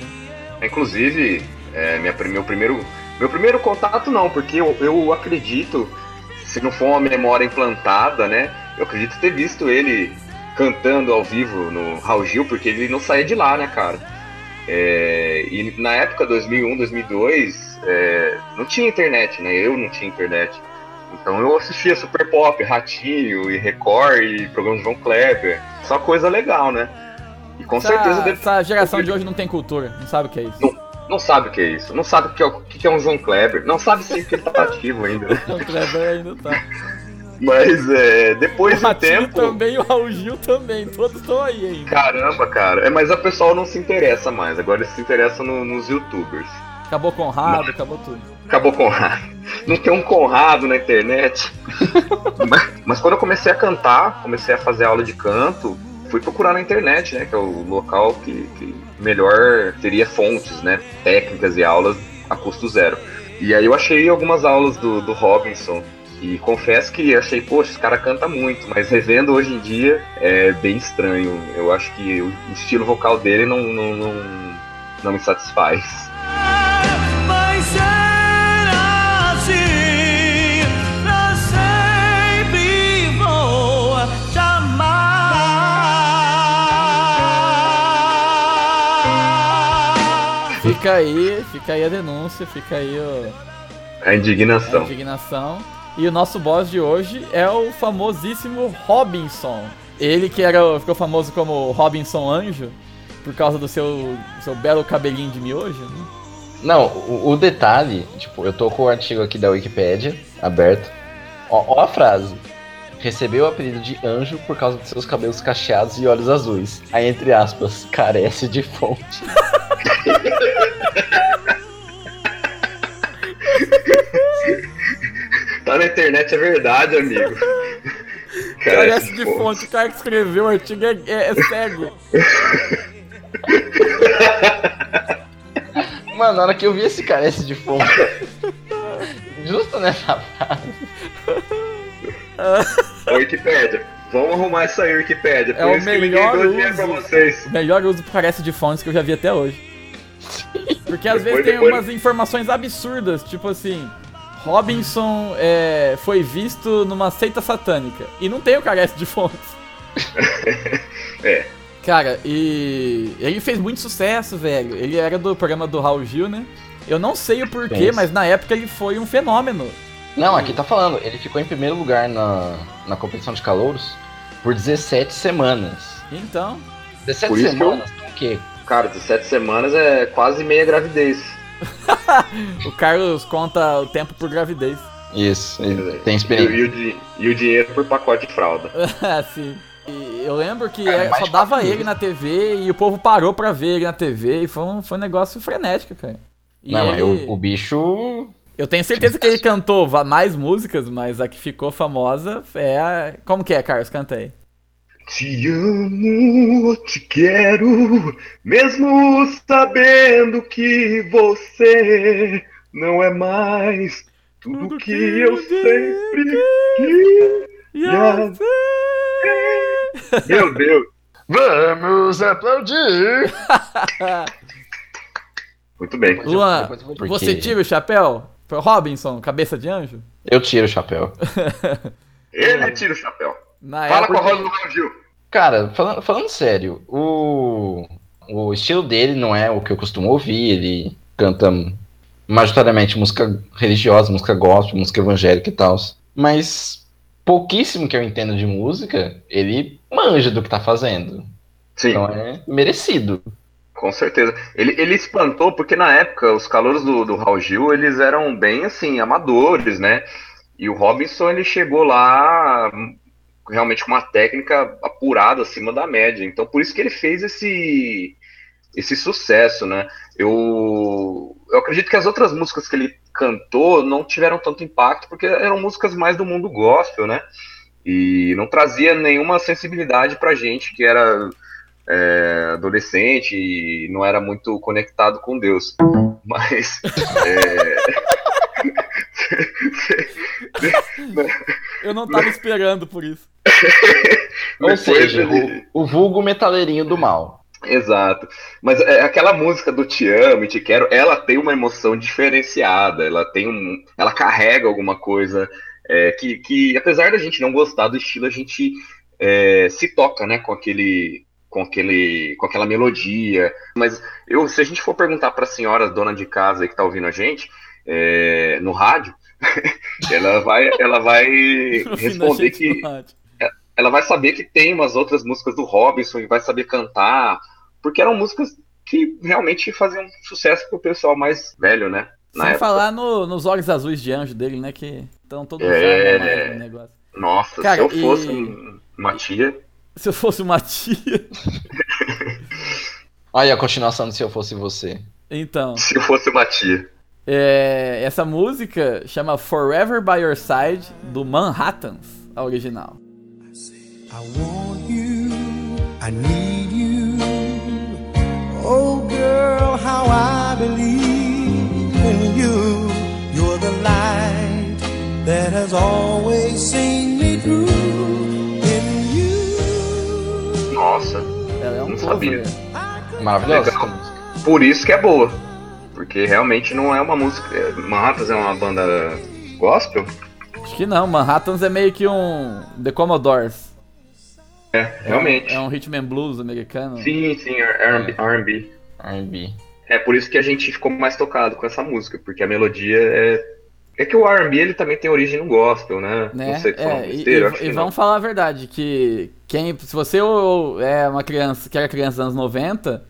E: Inclusive, é, minha, prim- meu, primeiro, meu primeiro contato não, porque eu, eu acredito, se não for uma memória implantada, né? Eu acredito ter visto ele cantando ao vivo no Raul Gil, porque ele não saía de lá, né, cara? É, e um, na época, 2001, 2002, é, não tinha internet, né? Eu não tinha internet. Então eu assistia Super Pop, Ratinho e Record e programa do João Kleber. Só coisa legal, né? E com certeza
C: Essa,
E: deve
C: essa geração de hoje não tem cultura, não sabe o que é isso.
E: não sabe o que é isso, não sabe o que é, o que que é um João Kleber, não sabe se ele tá ativo ainda.
C: O Kleber ainda tá.
E: Mas é, depois
C: o
E: do
C: Ratinho
E: tempo.
C: também, o Raul Gil também, todos estão aí ainda.
E: Caramba, cara. É, mas o pessoal não se interessa mais, agora eles se interessam no- nos youtubers.
C: Acabou Conrado, acabou tudo.
E: Acabou Conrado. Não tem um Conrado na internet. mas, mas quando eu comecei a cantar, comecei a fazer aula de canto, fui procurar na internet, né? Que é o local que, que melhor teria fontes, né? Técnicas e aulas a custo zero. E aí eu achei algumas aulas do, do Robinson. E confesso que achei, poxa, esse cara canta muito, mas revendo hoje em dia é bem estranho. Eu acho que o estilo vocal dele não, não, não, não me satisfaz.
B: Vai ser assim pra sempre vou te amar.
C: Fica aí, fica aí a denúncia, fica aí o-
E: A
C: a
E: indignação.
C: indignação. E o nosso boss de hoje é o famosíssimo Robinson. Ele que era, o- ficou famoso como Robinson Anjo, por causa do seu, seu belo cabelinho de miojo, né?
D: Não, o, o detalhe, tipo, eu tô com o artigo aqui da Wikipédia aberto. Ó, ó a frase. Recebeu o apelido de anjo por causa de seus cabelos cacheados e olhos azuis. Aí, entre aspas, carece de fonte.
E: Tá na internet, é verdade, amigo. É,
C: Parece de
E: pô.
C: fonte, o cara que escreveu o artigo é, é- é cego.
D: Mano, na hora que eu vi esse carece de fonte. Justo nessa frase.
E: Ô, Wikipédia. é Vamos arrumar isso aí, Wikipédia. Por
C: É o
E: isso que ninguém
C: melhor
E: deu dinheiro
C: uso.
E: pra vocês.
C: Melhor uso que parece de fontes que eu já vi até hoje. Porque às vezes
E: Depois-
C: tem
E: depois-
C: umas informações absurdas, tipo assim. Robinson é, foi visto numa seita satânica. E não tem o carece de fontes.
E: É.
C: Cara, e ele fez muito sucesso, velho. Ele era do programa do Raul Gil, né? Eu não sei o porquê,
D: Pensa.
C: mas na época ele foi um fenômeno.
D: Não, aqui tá falando, ele ficou em primeiro lugar na, na competição de calouros por 17 semanas.
C: Então,
D: 17
E: Por isso que
D: semanas? O quê?
E: Cara, 17 semanas é quase meia gravidez.
C: o Carlos conta o tempo por gravidez.
D: Isso, tem
E: E,
D: experiência.
E: e o, di- e o dinheiro por pacote de fralda.
C: assim. E eu lembro que
D: Cara,
C: é-
D: mais
C: só dava
D: fácil.
C: ele na TV e o povo parou pra ver ele na TV e foi um, foi um negócio frenético, cara. E
D: Não,
C: ele-
D: é o, o bicho.
C: eu tenho certeza que ele cantou va- mais músicas, mas a que ficou famosa é a. Como que é, Carlos? Canta aí.
E: Te amo, te quero, mesmo sabendo que você não é mais tudo, que, eu sempre quis. Yeah. Meu Deus!
D: Vamos aplaudir!
E: Muito bem.
C: Luan,
D: Depois eu vou-
C: você
D: Porque
C: tira o chapéu? Pro Robinson, cabeça de anjo?
D: Eu tiro o chapéu.
E: Ele tira o chapéu.
C: Na
E: Fala com
C: época-
E: a Rosa do Raul Gil.
D: Cara, falando, falando sério, o, o estilo dele não é o que eu costumo ouvir. Ele canta majoritariamente música religiosa, música gospel, música evangélica e tal. Mas pouquíssimo que eu entendo de música, ele manja do que tá fazendo.
E: Sim.
D: Então é merecido.
E: Com certeza. Ele, ele espantou, porque na época os calouros do, do Raul Gil, eles eram bem assim, amadores, né? E o Robinson, ele chegou lá hum, realmente com uma técnica apurada, acima da média. Então, por isso que ele fez esse, esse sucesso, né? Eu, eu acredito que as outras músicas que ele cantou não tiveram tanto impacto, porque eram músicas mais do mundo gospel, né? E não trazia nenhuma sensibilidade pra gente que era é, adolescente e não era muito conectado com Deus. Mas
C: Eu não tava esperando por isso.
D: Ou
E: Depois
D: seja,
E: ele-
D: o, o vulgo metaleirinho do mal.
E: Exato. Mas é, aquela música do Te Amo e Te Quero, ela tem uma emoção diferenciada, ela tem um. Ela carrega alguma coisa é, que, que, apesar da gente não gostar do estilo, a gente é, se toca, né, com aquele. Com, aquele, com aquela melodia. Mas eu, se a gente for perguntar para a senhora dona de casa aí que tá ouvindo a gente é, no rádio, ela vai, ela vai
C: No fim da
E: responder
C: gente
E: que,
C: do rádio.
E: ela vai saber que tem umas outras músicas do Robinson e vai saber cantar, porque eram músicas que realmente faziam sucesso pro pessoal mais velho, né? Na
C: Sem
E: época.
C: falar no- nos olhos azuis de anjo dele, né? Que estão todos
E: É.
C: usados mais no negócio.
E: Nossa,
C: Cara,
E: se eu fosse
C: e-
E: um- uma tia,
C: Se eu fosse uma tia.
D: Olha a continuação de Se Eu Fosse Você.
C: Então,
E: se eu fosse uma tia.
C: é, essa música chama Forever by Your Side, do Manhattans, a original.
F: I want you, I need you. Oh girl, how I believe in you. You're the light that has always seen me through. In you,
E: Nossa.
C: Ela é um
E: Não
C: cover.
D: Maravilhosa.
E: Legal. Por isso que é boa. Porque realmente não é uma música. é, Matas é uma banda gospel?
C: Acho que não, Manhattans é meio que um The Commodores.
E: É, realmente.
C: É um Hitman Blues americano.
E: Sim, sim, R- RB.
D: R&B.
E: É por isso que a gente ficou mais tocado com essa música, porque a melodia é. É que o R&B ele também tem origem no gospel, né?
C: Né?
E: Não sei se é,
C: É,
E: uma
C: e-
E: besteira,
C: e,
E: acho
C: e
E: que não.
C: vamos falar a verdade, que quem, se você ou- ou é uma criança que era criança dos anos 90,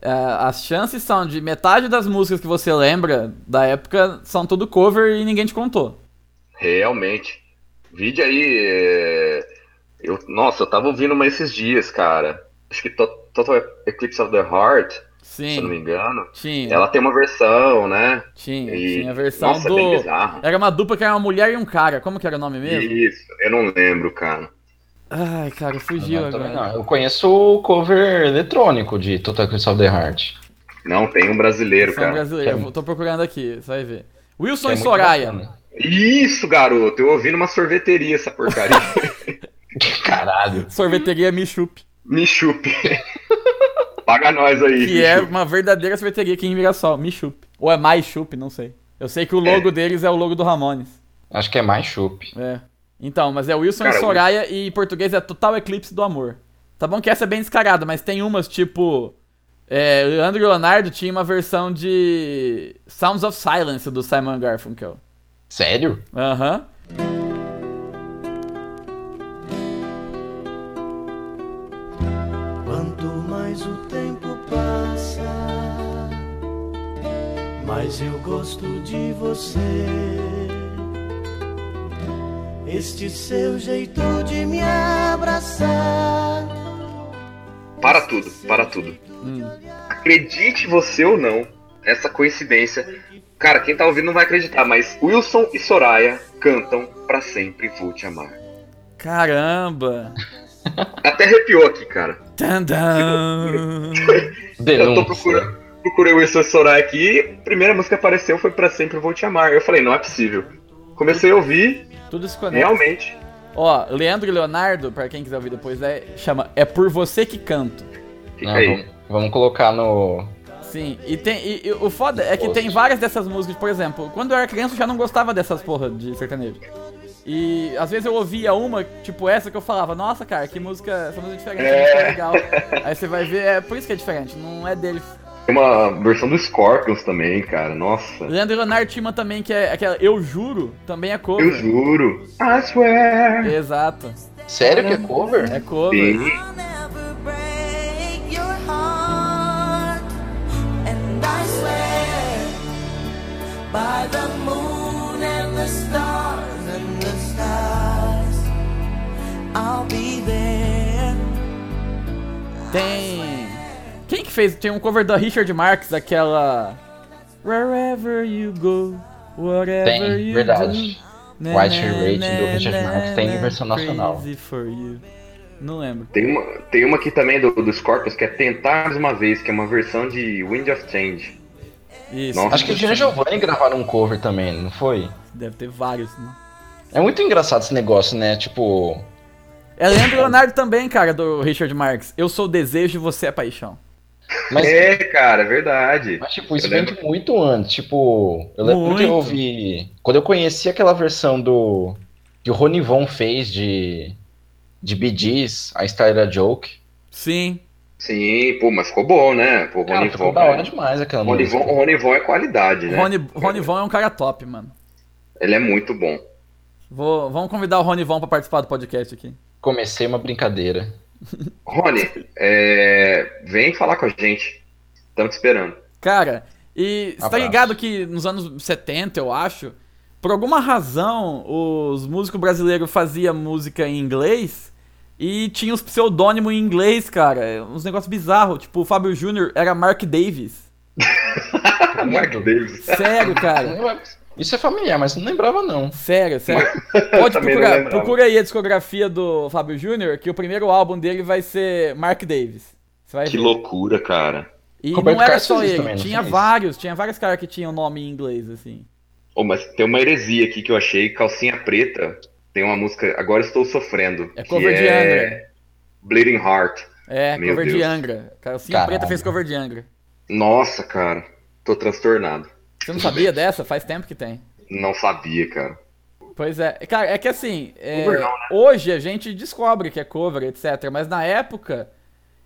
C: é, as chances são de metade das músicas que você lembra da época são tudo cover e ninguém te contou.
E: Realmente. Vide aí. é, Eu, nossa, eu tava ouvindo uma esses dias, cara. Acho que To- Total Eclipse of the Heart, se eu não me
C: Sim,
E: engano.
C: tinha,
E: Ela tem uma versão, né?
C: tinha,
E: E-
C: tinha a versão
E: nossa,
C: do...
E: é bem bizarro.
C: Era uma dupla que era uma mulher e um cara, como que era o nome mesmo?
E: Isso, eu não lembro, cara.
C: Ai, cara, fugiu
D: Eu também
C: agora.
D: não. Eu conheço o cover eletrônico de Total Eclipse of the Heart.
E: Não, tem um brasileiro,
C: Versão
E: cara.
C: brasileira,
D: Que é-
C: vou- tô procurando aqui, você vai ver.
D: que
C: Wilson
D: é
C: e
D: muito
C: Soraya.
D: bacana.
E: Isso, garoto, eu ouvi numa sorveteria essa porcaria.
D: Caralho.
C: Sorveteria Michup,
E: Me chupe. Paga nós aí.
C: que é uma verdadeira sorveteria aqui em Mirassol, Michup. Ou é mais Chup, não sei. Eu sei que o logo deles é o logo do Ramones.
D: Acho que é mais chup.
C: É. Então, mas é Wilson
E: Cara,
C: e Soraya e em português é Total Eclipse do Amor. Tá bom que essa é bem descarada, mas tem umas tipo. É, Leandro e Leonardo tinha uma versão de Sounds of Silence do Simon Garfunkel.
D: Sério?
C: Aham.
F: Quanto mais o tempo passa, mais eu gosto de você. Este seu jeito de me abraçar.
E: Para tudo, para tudo.
C: Hum.
E: Acredite você ou não, essa coincidência. Cara, quem tá ouvindo não vai acreditar, mas Wilson e Soraya cantam Pra Sempre Vou Te Amar.
C: Caramba!
E: Até arrepiou aqui, cara.
C: Tandam!
E: Eu tô
D: Denúncia.
E: procurando. Procurei o Wilson e Soraya aqui, a primeira música que apareceu foi Pra Sempre Vou Te Amar. Eu falei, não é possível. Comecei a ouvir,
C: Tudo se conecta.
E: realmente.
C: Ó, Leandro e Leonardo, pra quem quiser ouvir depois, é, chama É Por Você Que Canto.
E: Fica
D: Não,
C: Uhum.
E: aí.
D: vamos, vamos colocar no.
C: Sim, e tem. e- e o foda é que tem várias dessas músicas, por exemplo, quando eu era criança eu já não gostava dessas porra de sertanejo. E às vezes eu ouvia uma, tipo essa, que eu falava, nossa cara, que música. Essa música é diferente, essa música é legal. Aí você vai ver, é por isso que é diferente, não é deles.
E: Tem uma versão do Scorpions também, cara. Nossa.
C: Leandro e Leonardo tinha uma também, que é aquela Eu Juro, também é
E: Eu
C: cover.
E: juro. I swear.
C: Exato.
D: Sério que é cover?
C: É cover.
E: Sim.
G: I'll never break your heart, and I swear by the moon and the stars and the stars, I'll be there.
C: Tem. Quem que fez? Tem um cover da Richard Marx, aquela. Wherever you go, whatever
D: Tem,
C: you
D: verdade.
C: do.
D: White Rating do Richard Marx tem em versão nacional.
C: Crazy for you. Não lembro.
E: Tem uma, tem uma aqui também do, do Scorpions que é Tentar Mais Uma Vez, que é uma versão de Wind of Change.
C: Isso.
E: Nossa.
D: Acho que o Gina Giovanni gravaram um cover também, não foi?
C: Deve ter vários, né?
D: É muito engraçado esse negócio, né? Tipo,
C: É Leandro Leonardo também, cara, do Richard Marx. Eu sou o desejo, você é paixão.
D: Mas,
E: É, cara, é verdade.
D: mas, tipo, isso
E: Eu
D: vem de muito antes. Tipo, eu lembro que
C: Muito.
D: eu ouvi. Quando eu conheci aquela versão do. que o Ronivon fez de. de Bee Gees, a Star a Joke.
C: Sim.
E: Sim, pô, mas ficou bom, né? Pô,
D: Cara,
E: Rony
D: ficou
E: Von.
D: da hora demais aquela
E: Rony
D: música.
E: Von- Rony Von é qualidade, né?
C: Rony, Rony Von é um cara top, mano.
E: Ele é muito bom.
C: Vou, vamos convidar o Rony Von pra participar do podcast aqui.
D: Comecei uma brincadeira.
E: Rony, é, vem falar com a gente. Estamos te esperando.
C: Cara, e você tá
D: Abraço.
C: ligado que nos anos 70, eu acho, por alguma razão, os músicos brasileiros faziam música em inglês e tinha os pseudônimos em inglês, cara. É Uns negócios bizarros. Tipo, o Fábio Júnior era Mark Davis.
E: Mark Davis.
C: Sério, cara.
D: Isso Ah, é familiar, mas não lembrava, não.
C: Sério, sério. Pode
E: Também não
C: procurar.
E: lembrava.
C: Procura aí a discografia do Fábio Júnior, que o primeiro álbum dele vai ser Mark Davis. Você vai
E: Que
C: ver.
E: loucura, cara.
C: E
D: Roberto
C: não era
D: Carlos
C: só
D: fez isso
C: ele,
D: também, não
C: tinha
D: fez?
C: vários, tinha vários caras que tinham nome em inglês, assim.
E: Ô, mas tem uma heresia aqui que eu achei, Calcinha Preta. Tem uma música, Agora Estou Sofrendo.
C: É
E: que
C: cover de
E: é
C: Angra.
E: Bleeding Heart.
C: É,
E: Meu
C: cover de
E: Deus.
C: Angra. Calcinha
D: Caralho.
C: Preta fez cover de Angra.
E: Nossa, cara. Tô transtornado.
C: Você não sabia dessa? Faz tempo que tem.
E: Não sabia, cara.
C: Pois é. Cara, é que assim, é,
E: Cover não, né?
C: hoje a gente descobre que é cover, etc. Mas na época,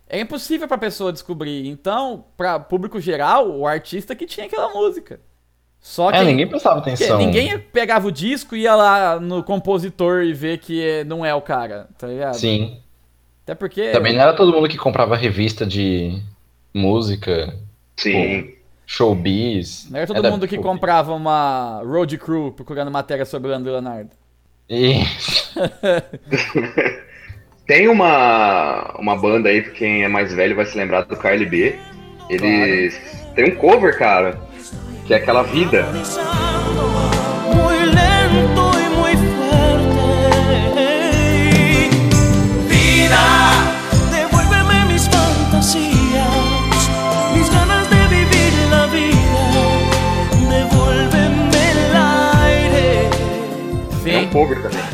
C: é impossível pra pessoa descobrir. Então, pra público geral, o artista que tinha aquela música. Só que
D: É, ninguém prestava
C: que
D: atenção.
C: ninguém é- pegava o disco e ia lá no compositor e ver que é- não é o cara, tá ligado?
D: Sim.
C: Até porque...
D: Também não era todo mundo que comprava revista de, música, tipo,
E: Sim.
D: showbiz.
C: Não era todo mundo que comprava uma road crew procurando matéria sobre o Leandro Leonardo.
D: E
E: Tem uma, uma banda aí, quem é mais velho vai se lembrar do KLB. Eles têm um cover, cara, que é aquela vida.
B: Muy lento y muy fuerte. Vida, devuélveme mis fantasías, mis ganas de vivir la vida. Devuélveme el aire.
E: É um cover também.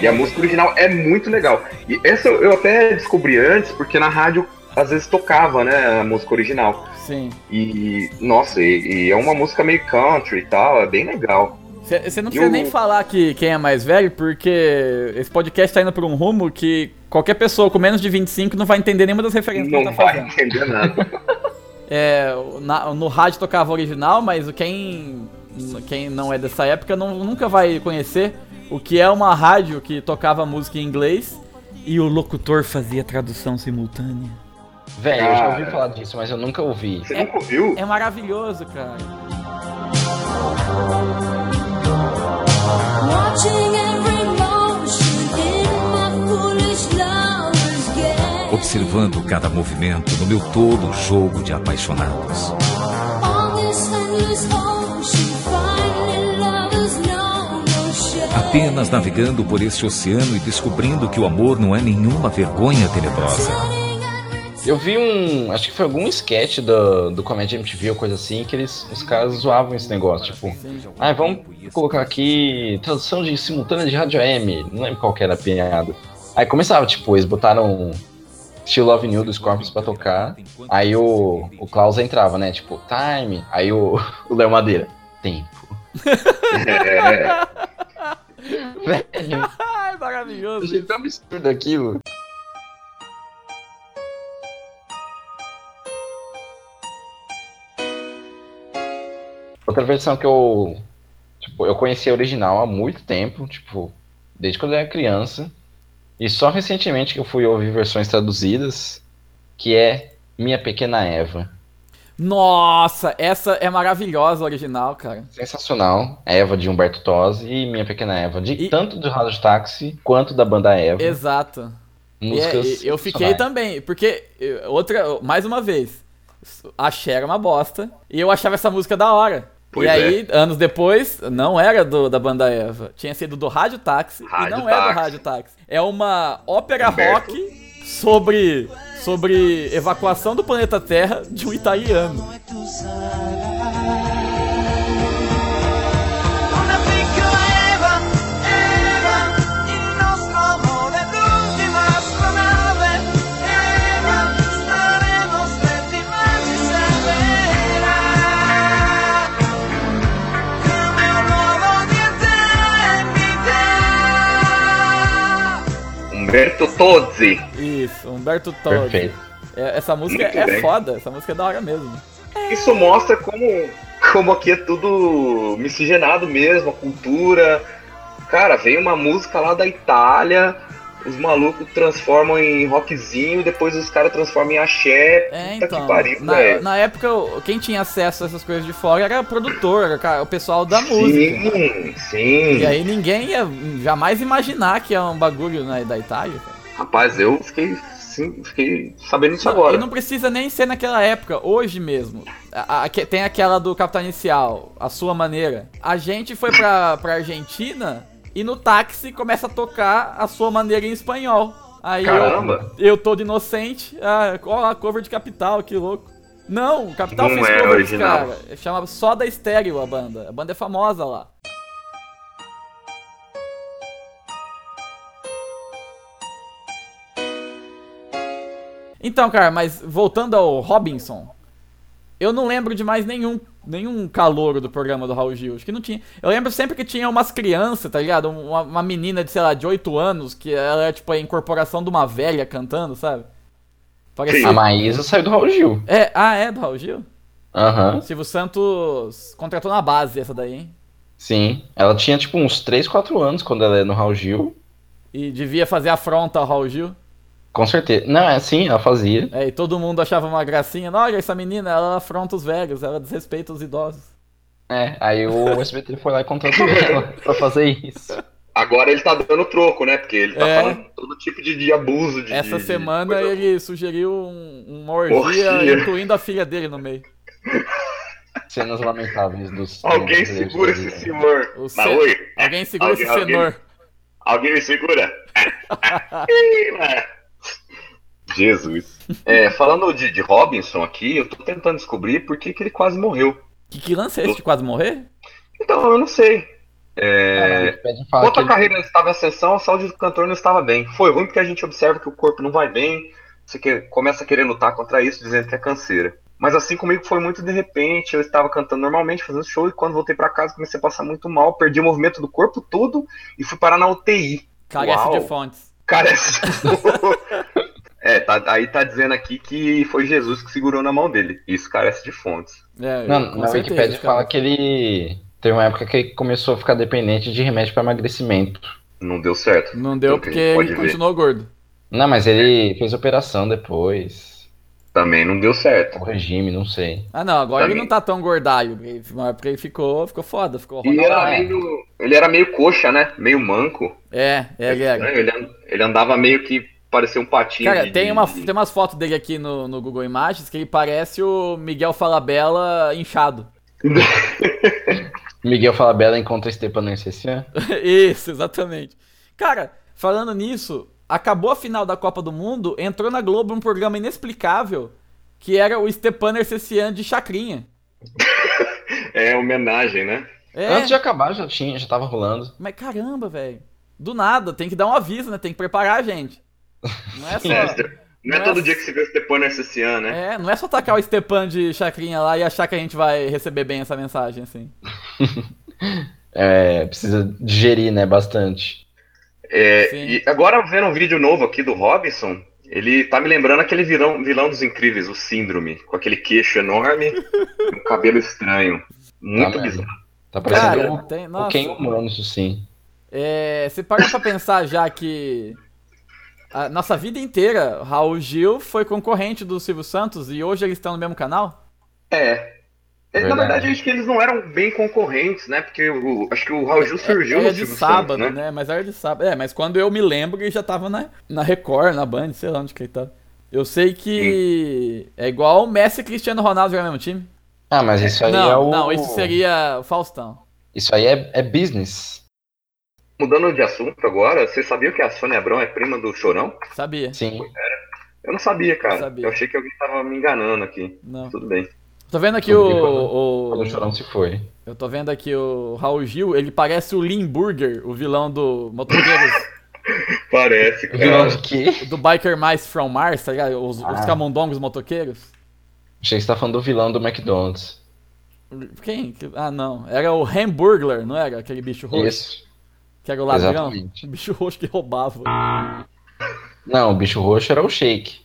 E: E a música original é muito legal. E essa eu até descobri antes, porque na rádio às vezes tocava, né, a música original.
C: Sim.
E: E, nossa, e, e é uma música meio country e tal, é bem legal.
C: Você não precisa
E: Eu-
C: nem falar que quem é mais velho, porque esse podcast tá indo por um rumo que qualquer pessoa com menos de 25 não vai entender nenhuma das referências
E: Não
C: que ele tá
E: vai
C: fazendo.
E: entender nada.
C: É, na- no rádio tocava original, mas quem, quem não é dessa época não- nunca vai conhecer o que é uma rádio que tocava música em inglês e o locutor fazia tradução simultânea.
D: Velho, eu já ouvi
E: Cara.
D: falar disso, mas eu nunca ouvi.
E: Você nunca ouviu?
C: É maravilhoso, cara.
H: Watching every motion in my foolish lover's gaze.
I: observando cada movimento no meu todo jogo de apaixonados.
H: On this endless ocean, finally lovers know no shame.
I: Apenas navegando por este oceano e descobrindo que o amor não é nenhuma vergonha tenebrosa.
H: Sitting and
D: Eu vi um. Acho que foi algum sketch do, do Comédia MTV ou coisa assim, que eles, os caras zoavam esse negócio, tipo. Ah, vamos colocar aqui tradução de simultânea de rádio AM. Não lembro qual que era a piada. Aí começava, tipo, eles botaram Still Love New dos Corpus pra tocar. Aí o, o Klaus entrava, né? Tipo, time. Aí o, o Léo Madeira, tempo.
E: É,
D: Velho, eu
C: Ai, maravilhoso.
D: achei tão absurdo aquilo. Outra versão que eu. Tipo, eu conheci a original há muito tempo, tipo, desde quando eu era criança. E só recentemente que eu fui ouvir versões traduzidas, que é Minha Pequena Eva.
C: Nossa, essa é maravilhosa a original, cara.
D: Sensacional. A Eva de Humberto Tozzi e Minha Pequena Eva. De,
C: E-
D: Tanto do Rádio Táxi quanto da banda Eva.
C: Exato. E é,
D: músicas.
C: e eu fiquei
D: sensacionais.
C: também, porque eh, outra, mais uma vez, a Cher era uma bosta e eu achava essa música da hora.
E: Pois é.
C: e aí, anos depois, não era do, da banda Eva, tinha sido do Rádio Táxi e
E: Rádio
C: não é do
E: Táxi.
C: Rádio Táxi. É uma ópera
E: Humberto.
C: rock sobre sobre evacuação do planeta Terra de um italiano.
B: Una piccola Eva, Eva, il nostro amore è l'ultima astronave. Eva, staremo stretti ma ci servirà. Come un uovo di eternità.
E: Humberto Tozzi.
C: Isso, Humberto Tozzi.
D: Perfeito.
C: É, essa música
E: Muito
C: é
E: bem.
C: foda, essa música é da hora mesmo.
E: Isso mostra como, como aqui é tudo miscigenado mesmo, a cultura. Cara, vem uma música lá da Itália, os malucos transformam em rockzinho, depois os caras transformam em axé.
C: É,
E: Puta
C: então.
E: que pariu,
C: na,
E: velho.
C: na época, o- quem tinha acesso a essas coisas de fora era produtor, era ca- o pessoal da música.
E: Sim,
C: E
E: sim.
C: aí ninguém ia jamais imaginar que é um bagulho né, da Itália. cara.
E: Rapaz, eu fiquei, sim, fiquei sabendo isso agora.
C: E não precisa nem ser naquela época, hoje mesmo. A- a- que- tem aquela do Capitão Inicial, a sua maneira. A gente foi pra, pra Argentina e no táxi começa a tocar a sua maneira em espanhol. Aí
E: Caramba.
C: eu, eu todo inocente, ah, ó, a cover de Capital, que louco. Não, o Capital
E: Não
C: fez
E: é
C: cover
E: original.
C: desse cara. Chama só da estéreo a banda. A banda é famosa lá. Então, cara, mas voltando ao Robinson, eu não lembro de mais nenhum, nenhum calouro do programa do Raul Gil. Acho que não tinha. Eu lembro sempre que tinha umas crianças, tá ligado? Uma, uma menina de, sei lá, de 8 anos, que ela era tipo a incorporação de uma velha cantando, sabe?
D: A
C: Parecia.
D: Maísa saiu do Raul Gil.
C: É, ah, é do Raul Gil?
D: Aham.
C: Silvio Santos contratou na base essa daí, hein?
D: Sim. Ela tinha tipo uns 3, 4 anos quando ela é no Raul Gil.
C: E devia fazer afronta ao Raul Gil.
D: Com certeza. Não, é assim, ela fazia.
C: É, e todo mundo achava uma gracinha. Olha, essa menina, ela afronta os velhos, ela desrespeita os idosos.
D: É, aí o SBT foi lá e contratou ela pra fazer isso.
E: Agora ele tá dando troco, né? Porque ele tá
C: É.
E: falando todo tipo de, de abuso. De,
C: Essa
E: de- de
C: semana
E: coisa.
C: ele sugeriu um, uma orgia,
E: Orgia.
C: incluindo a filha dele no meio.
D: Cenas lamentáveis dos.
E: Alguém
D: dos-
E: segura
D: dos-
E: esse senhor.
C: O
E: Mas
C: ce-
E: oi.
C: Alguém segura
E: Alguém-
C: esse cenor.
E: Alguém me segura? Ih, mano. Jesus. É, falando de, de Robinson aqui, eu tô tentando descobrir por que, que ele quase morreu.
C: Que, que lance é esse de quase morrer?
E: Então, eu não sei.
D: Cara, a
E: É,
D: Wikipedia fala
E: enquanto
D: que
E: a
D: ele-
E: carreira estava em ascensão, a saúde do cantor não estava bem. Foi ruim porque a gente observa que o corpo não vai bem, você que- começa a querer lutar contra isso, dizendo que é canseira. Mas assim comigo foi muito de repente, eu estava cantando normalmente, fazendo show, e quando voltei pra casa comecei a passar muito mal, perdi o movimento do corpo todo e fui parar na UTI.
C: Carece
E: Uau.
C: de fontes.
E: Cara, esse- é, tá, aí tá dizendo aqui que foi Jesus que segurou na mão dele. Isso carece de fontes.
C: É,
D: Não,
C: com
D: na
C: certeza,
D: Wikipedia
C: cara.
D: fala que ele. Teve uma época que ele começou a ficar dependente de remédio pra emagrecimento.
E: Não deu certo.
C: Não deu
E: Então,
C: porque
E: pode
C: ele
E: ver.
C: continuou gordo.
D: Não, mas ele fez operação depois.
E: Também não deu certo.
D: O regime, não sei.
C: Ah não, agora ele
E: Também.
C: não tá tão gordalho. ele- Mas é porque ele ficou, ficou foda, ficou
E: E era
C: Ronaldinho.
E: meio, ele era meio coxa, né? Meio manco.
C: É, é, ele era.
E: Ele, an- ele andava meio que parecia um patinho.
C: Cara,
E: de-
C: tem,
E: de-
C: uma,
E: de-
C: tem umas fotos dele aqui no, no Google Imagens que ele parece o Miguel Falabella inchado.
D: Miguel Falabella encontra Stepan Ercecian.
C: Isso, exatamente. Cara, falando nisso, acabou a final da Copa do Mundo, entrou na Globo um programa inexplicável que era o Stepan Ercecian de Chacrinha.
E: É homenagem, né?
C: É,
D: Antes de acabar, já tinha, já tava rolando.
C: mas caramba, velho. Do nada, tem que dar um aviso, né? Tem que preparar a gente. Não é
E: É,
C: só,
E: não é
C: Nossa.
E: todo dia que se vê o Stepan Ercecian, né?
C: é, não é só tacar o Stepan de Chacrinha lá e achar que a gente vai receber bem essa mensagem, assim.
D: É, precisa digerir, né? Bastante.
E: É,
C: Sim.
E: e agora vendo um vídeo novo aqui do Robinson, ele tá me lembrando aquele vilão, vilão dos incríveis, o Síndrome, com aquele queixo enorme, um cabelo estranho. Muito
D: merda.
E: bizarro.
D: Tá parecendo
C: Cara,
D: um-
C: tem.
D: um
C: Nossa.
D: quem humano, isso sim.
C: É, você para pra pensar já que a nossa vida inteira, Raul Gil foi concorrente do Silvio Santos e hoje eles estão no mesmo canal?
E: É. É, Na
D: Verdade.
E: verdade, eu acho que eles não eram bem concorrentes, né? Porque o- acho que o Raul Gil surgiu
C: Era
E: no
C: de
E: Silvio
C: sábado,
E: Santos,
C: né? Mas era de sábado. É, mas quando eu me lembro, ele já tava na, na Record, na Band, sei lá onde que ele tá. Eu sei que é igual o Messi e Cristiano Ronaldo jogar no mesmo time.
D: Ah, mas isso aí
C: não,
D: é o.
C: não, isso seria o Faustão.
D: Isso aí é, é business.
E: Mudando de assunto agora, vocês sabiam que a Sônia Abrão é prima do Chorão?
C: Sabia?
D: Sim.
E: Eu não sabia, cara.
C: Não sabia.
E: Eu achei que alguém tava me enganando aqui.
C: Não.
E: Tudo bem.
C: Tô vendo aqui
D: Quando-
C: o-
D: Quando o
C: o,
D: chorão se foi.
C: Eu tô vendo aqui o Raul Gil, ele parece o Limburger, o vilão do Motoqueiros,
E: Parece,
D: Vilão
E: cara.
D: de quê?
C: do Biker Mice from Mars, tá ligado? Os, os
D: Ah.
C: camundongos motoqueiros.
D: Achei que você tá falando do vilão do McDonald's.
C: Quem? que- Ah, não. Era o Hamburglar, não era? Aquele bicho roxo,
D: Isso.
C: que era o ladrão.
D: exatamente.
C: O bicho roxo que roubava.
D: Não, o bicho roxo era o Shake.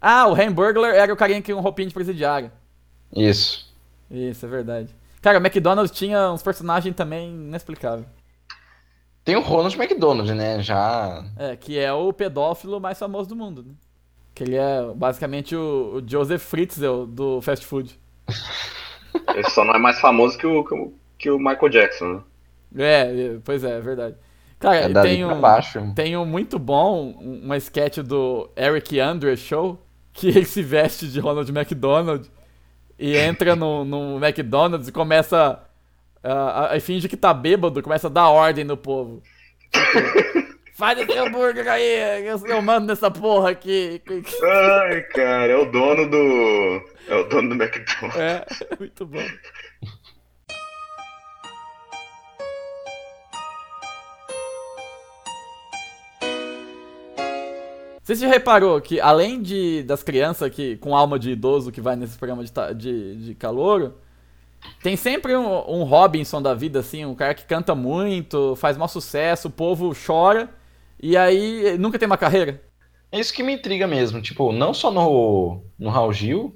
C: Ah, o Hamburglar era o carinha que tinha um roupinho de presidiário.
D: Isso.
C: Isso, é verdade. Cara, o McDonald's tinha uns personagens também inexplicáveis.
D: Tem o Ronald McDonald, né? Já.
C: É, que é o pedófilo mais famoso do mundo, né? Que ele é basicamente o, o Joseph Fritzl do fast food.
E: Ele só não é mais famoso que o, que o, que o Michael Jackson, né?
C: É, é, pois é, é verdade. Cara,
D: É dali
C: tem,
D: pra
C: um,
D: baixo.
C: tem um muito bom, um- uma sketch do Eric Andre Show, que ele se veste de Ronald McDonald e entra no, no McDonald's e começa. ah, ah, e finge que tá bêbado, começa a dar ordem no povo. Tipo, Faz o seu burger aí, eu, eu mando nessa porra aqui.
E: Ai, cara, é o dono do. É o dono do McDonald's.
C: É, muito bom. Você já reparou que além de das crianças que com alma de idoso que vai nesse programa de, ta- de, de calouro, tem sempre um, um Robinson da vida, assim, um cara que canta muito, faz mau sucesso, o povo chora, e aí nunca tem uma carreira?
D: É isso que me intriga mesmo. Tipo, não só no, no Raul Gil,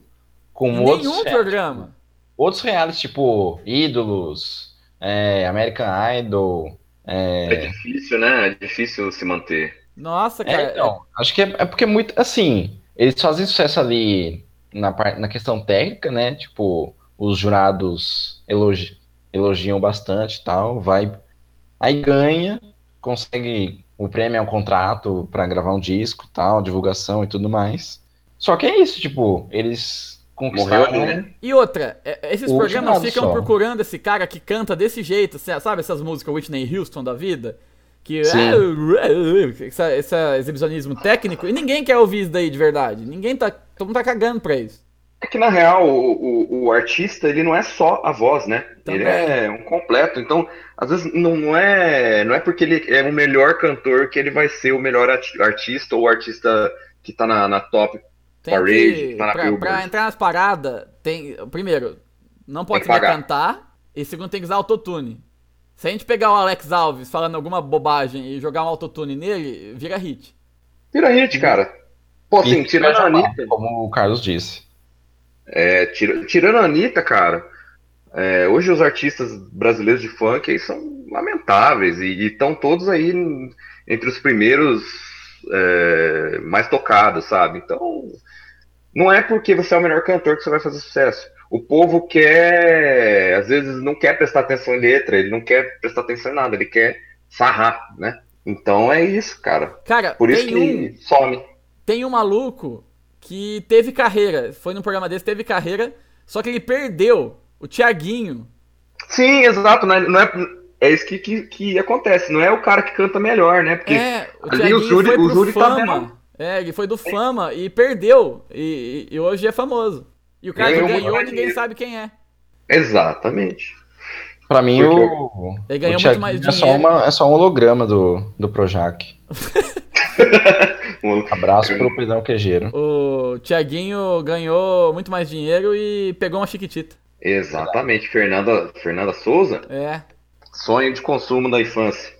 D: com
C: Nenhum
D: outros, rea-
C: programa.
D: outros reais, tipo Ídolos, é, American Idol.
E: É. difícil, né? É difícil se manter.
C: Nossa, cara.
D: É, então, acho que é, é porque é muito. Assim, eles fazem sucesso ali na, par- na questão técnica, né? Tipo, os jurados elogi- elogiam bastante e tal, vai. Aí ganha, consegue. O prêmio é um contrato pra gravar um disco e tal, divulgação e tudo mais. Só que é isso, tipo, eles
E: Morreu
D: conquistaram.
E: ali, né?
C: E outra, é- esses
D: O
C: programas
D: jurado
C: ficam
D: só.
C: procurando esse cara que canta desse jeito, cê- sabe essas músicas Whitney Houston da vida? Que é,
D: Sim.
C: essa, esse exibicionismo técnico, e ninguém quer ouvir isso daí de verdade. Ninguém tá. Todo mundo tá cagando pra isso.
E: É que na real o, o, o artista ele não é só a voz, né?
C: Também.
E: Ele é um completo. Então, às vezes não, não é não é porque ele é o melhor cantor que ele vai ser o melhor arti- artista ou o artista que tá na, na top.
C: Tem
E: Parade,
C: que,
E: tá na
C: pra,
E: Billboard.
C: pra entrar nas paradas, tem. Primeiro, não pode
E: que
C: saber
E: pagar.
C: cantar. E segundo, tem que usar autotune. Se a gente pegar o Alex Alves falando alguma bobagem e jogar um autotune nele, vira hit.
E: Tira hit, cara. Pô, assim,
D: E-
E: tirando a Anitta.
D: Como o Carlos disse.
E: É, tira- tirando a Anitta, cara, é, hoje os artistas brasileiros de funk aí são lamentáveis e estão todos aí n- entre os primeiros é, mais tocados, sabe? Então, não é porque você é o melhor cantor que você vai fazer sucesso. O povo quer, às vezes, não quer prestar atenção em letra, ele não quer prestar atenção em nada, ele quer sarrar, né? Então é isso, cara.
C: Cara,
E: Por isso
C: tem um.
E: que some.
C: Tem um maluco que teve carreira, foi num programa desse, teve carreira, só que ele perdeu o Tiaguinho.
E: Sim, exato, né? não é, é isso que, que, que acontece, não é o cara que canta melhor, né? Porque
C: É, o
E: ali
C: Thiaguinho
E: o júri-
C: foi
E: o
C: pro
E: júri tá
C: Fama.
E: vendo.
C: é, ele foi do Fama e perdeu. E, e- e hoje é famoso. E o cara que
E: Ganhou uma
C: ganhou,
E: grana.
C: ninguém sabe quem é.
E: Exatamente.
D: Pra mim,
E: Porque
D: o.
C: Ele ganhou muito
D: o Thiaguinho
C: mais
D: é só,
C: dinheiro.
D: uma, é só um holograma do, do Projac.
E: Um-
D: Abraço pro Pedrão Quejeiro.
C: O Tiaguinho ganhou muito mais dinheiro e pegou uma chiquitita.
E: Exatamente, Fernanda, Fernanda Souza,
C: É,
E: sonho de consumo da infância.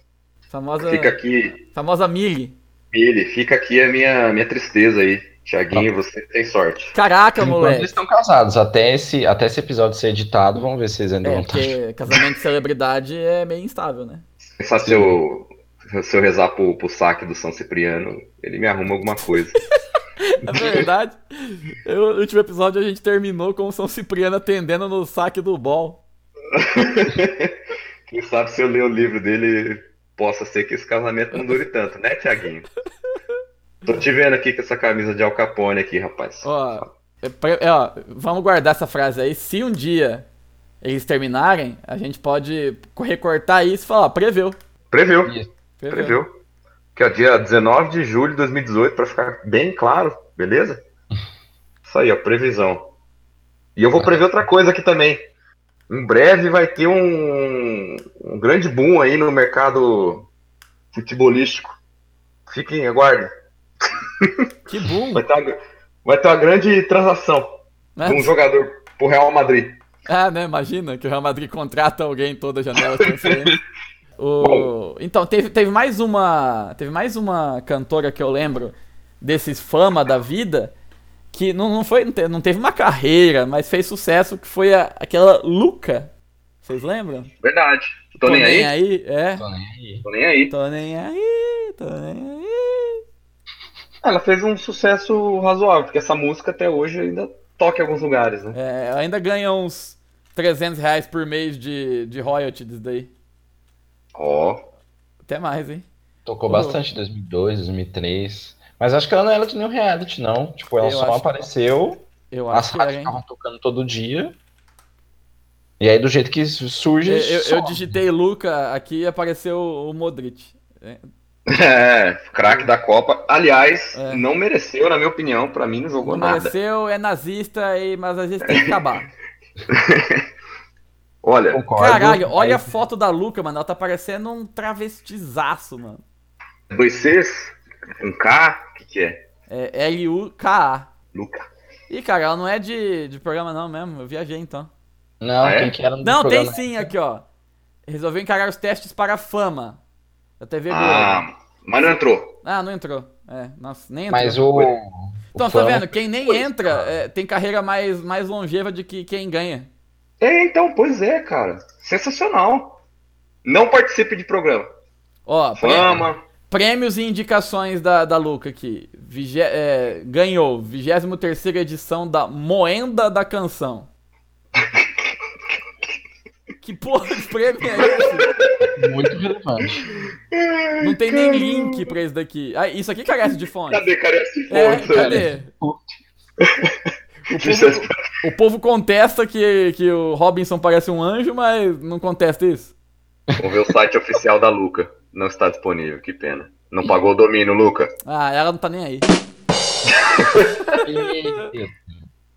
C: famosa,
E: Fica aqui,
C: famosa Mili.
E: ele, fica aqui a minha, minha tristeza aí. Tiaguinho,
C: Tá.
E: você tem sorte.
C: Caraca,
D: Enquanto tá eles
C: moleque.
D: estão casados. Até esse, até esse episódio ser editado, vamos ver se eles ainda
C: É,
D: vão estar.
C: porque casamento de celebridade é meio instável, né?
E: Pensar se eu, se eu rezar pro, pro saque do São Cipriano, ele me arruma alguma coisa.
C: É verdade. Eu- no último episódio a gente terminou com o São Cipriano atendendo no saque do bol.
E: Quem sabe se eu ler o livro dele, possa ser que esse casamento não dure tanto, né, Tiaguinho? Tô te vendo aqui com essa camisa de Al Capone aqui, rapaz.
C: Ó, é pra- é, ó, vamos guardar essa frase aí. Se um dia eles terminarem, a gente pode recortar isso e falar, ó, preveu.
E: Preveu.
C: Preveu.
E: Preveu. Que é dia 19 de julho de 2018, pra ficar bem claro, beleza? Isso aí, ó, previsão. E eu vou prever outra coisa aqui também. Em breve vai ter um, um grande boom aí no mercado futebolístico. Fiquem, aguardem.
C: Que né? boom.
E: Vai ter uma, vai ter uma grande transação
C: né?
E: de um jogador pro Real Madrid.
C: Ah, né? Imagina que o Real Madrid contrata alguém em toda a janela de transferência. O- Então, teve, teve mais uma. Teve mais uma cantora que eu lembro desses fama da vida. Que não, não foi. Não te- não teve uma carreira, mas fez sucesso, que foi a- aquela Luca. Vocês lembram?
E: Verdade. Tô, nem, aí?
C: É.
D: Tô nem aí.
E: Tô nem aí.
C: Tô nem aí, tô nem aí.
E: Ela fez um sucesso razoável, porque essa música até hoje ainda toca em alguns lugares, né?
C: É, ela ainda ganha uns 300 reais por mês de, de royalties daí.
E: Ó,
C: Até mais, hein?
D: Tocou bastante em 2002, 2003. Mas acho que ela não era de nenhum reality, não. Tipo, ela
C: Eu
D: só
C: acho-
D: apareceu,
C: Eu
D: as
C: acho que era,
D: rádios
C: hein?
D: estavam tocando todo dia. E aí, do jeito que surge.
C: Eu, eu- eu
D: some.
C: digitei Luca aqui e apareceu o Modric.
E: É, craque da Copa. Aliás,
C: É.
E: não mereceu, na minha opinião. Pra mim, não jogou nada.
C: Apareceu, é nazista, e, mas a gente tem que acabar.
E: Olha,
D: Concordo.
C: Caralho, olha a
D: Mas
C: foto da Luca, mano. Ela tá parecendo um travestizaço, mano.
E: dois Cs, um K, o que, que é?
C: É L-U-K-A.
E: Luca.
C: Ih, cara, ela não é de, de programa não mesmo. Eu viajei então.
D: Não,
E: Ah, é?
D: quem que era no
C: Não, tem
D: programa?
C: sim aqui, ó. Resolveu encarar os testes para a fama. Da TV Globo. Ah,
E: Ah, mas não entrou.
C: não entrou. É, nossa, nem entrou.
D: Mas o.
C: então, tá
D: o fama-
C: vendo? Quem nem entra é, tem carreira mais, mais longeva de que quem ganha.
E: É, então, pois é, cara. Sensacional. Não participe de programa.
C: Ó, pré-
E: Fama,
C: Prêmios e indicações da, da Luca aqui. Vige- é, ganhou 23 edição da Moenda da Canção. que porra de prêmio é esse?
D: Muito relevante.
C: Não tem nem link pra isso daqui. Ah, isso aqui carece de fonte.
E: Cadê, cara? Esse
C: É,
E: ponto,
C: cadê? O povo contesta que, que o Robinson parece um anjo, mas não contesta isso.
E: Vamos ver o site oficial da Luca. Não está disponível, que pena. Não pagou o domínio, Luca.
C: Ah, ela não tá nem aí.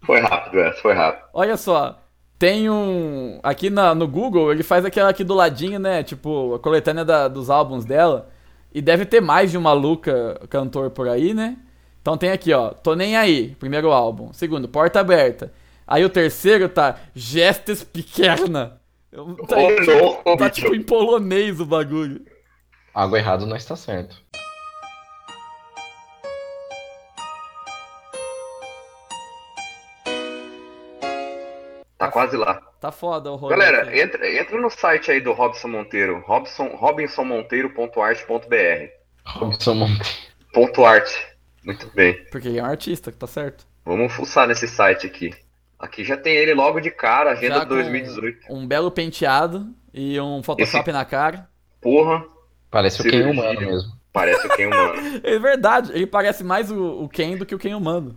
E: Foi rápido essa, foi rápido.
C: Olha só, tem um. Aqui na- no Google, ele faz aquela aqui do ladinho, né? Tipo, a coletânea da- dos álbuns dela. E deve ter mais de uma Luca cantor por aí, né? Então tem aqui, ó. Tô nem aí, primeiro álbum. Segundo, Porta Aberta. Aí o terceiro tá Gestes Pequena. Tá,
E: Ô, louco,
C: tá tipo em polonês o bagulho.
D: Algo errado não está certo.
E: Tá quase lá.
C: Tá foda o rolê.
E: Galera,
C: aqui.
E: entra, entra no site aí do Robson Monteiro, Robson, robinsonmonteiro.art.br.
D: Robson Monte.
E: Ponto .art. Muito bem.
C: Porque ele é um artista, tá certo?
E: Vamos fuçar nesse site aqui. Aqui já tem ele logo de cara, agenda
C: Já com
E: 2018.
C: Um belo penteado e um Photoshop na cara.
E: Porra,
D: Parece o Ken
E: Cirurgia.
D: humano mesmo.
E: parece um o Ken humano.
C: É verdade, ele parece mais o, o Ken do que o Ken humano.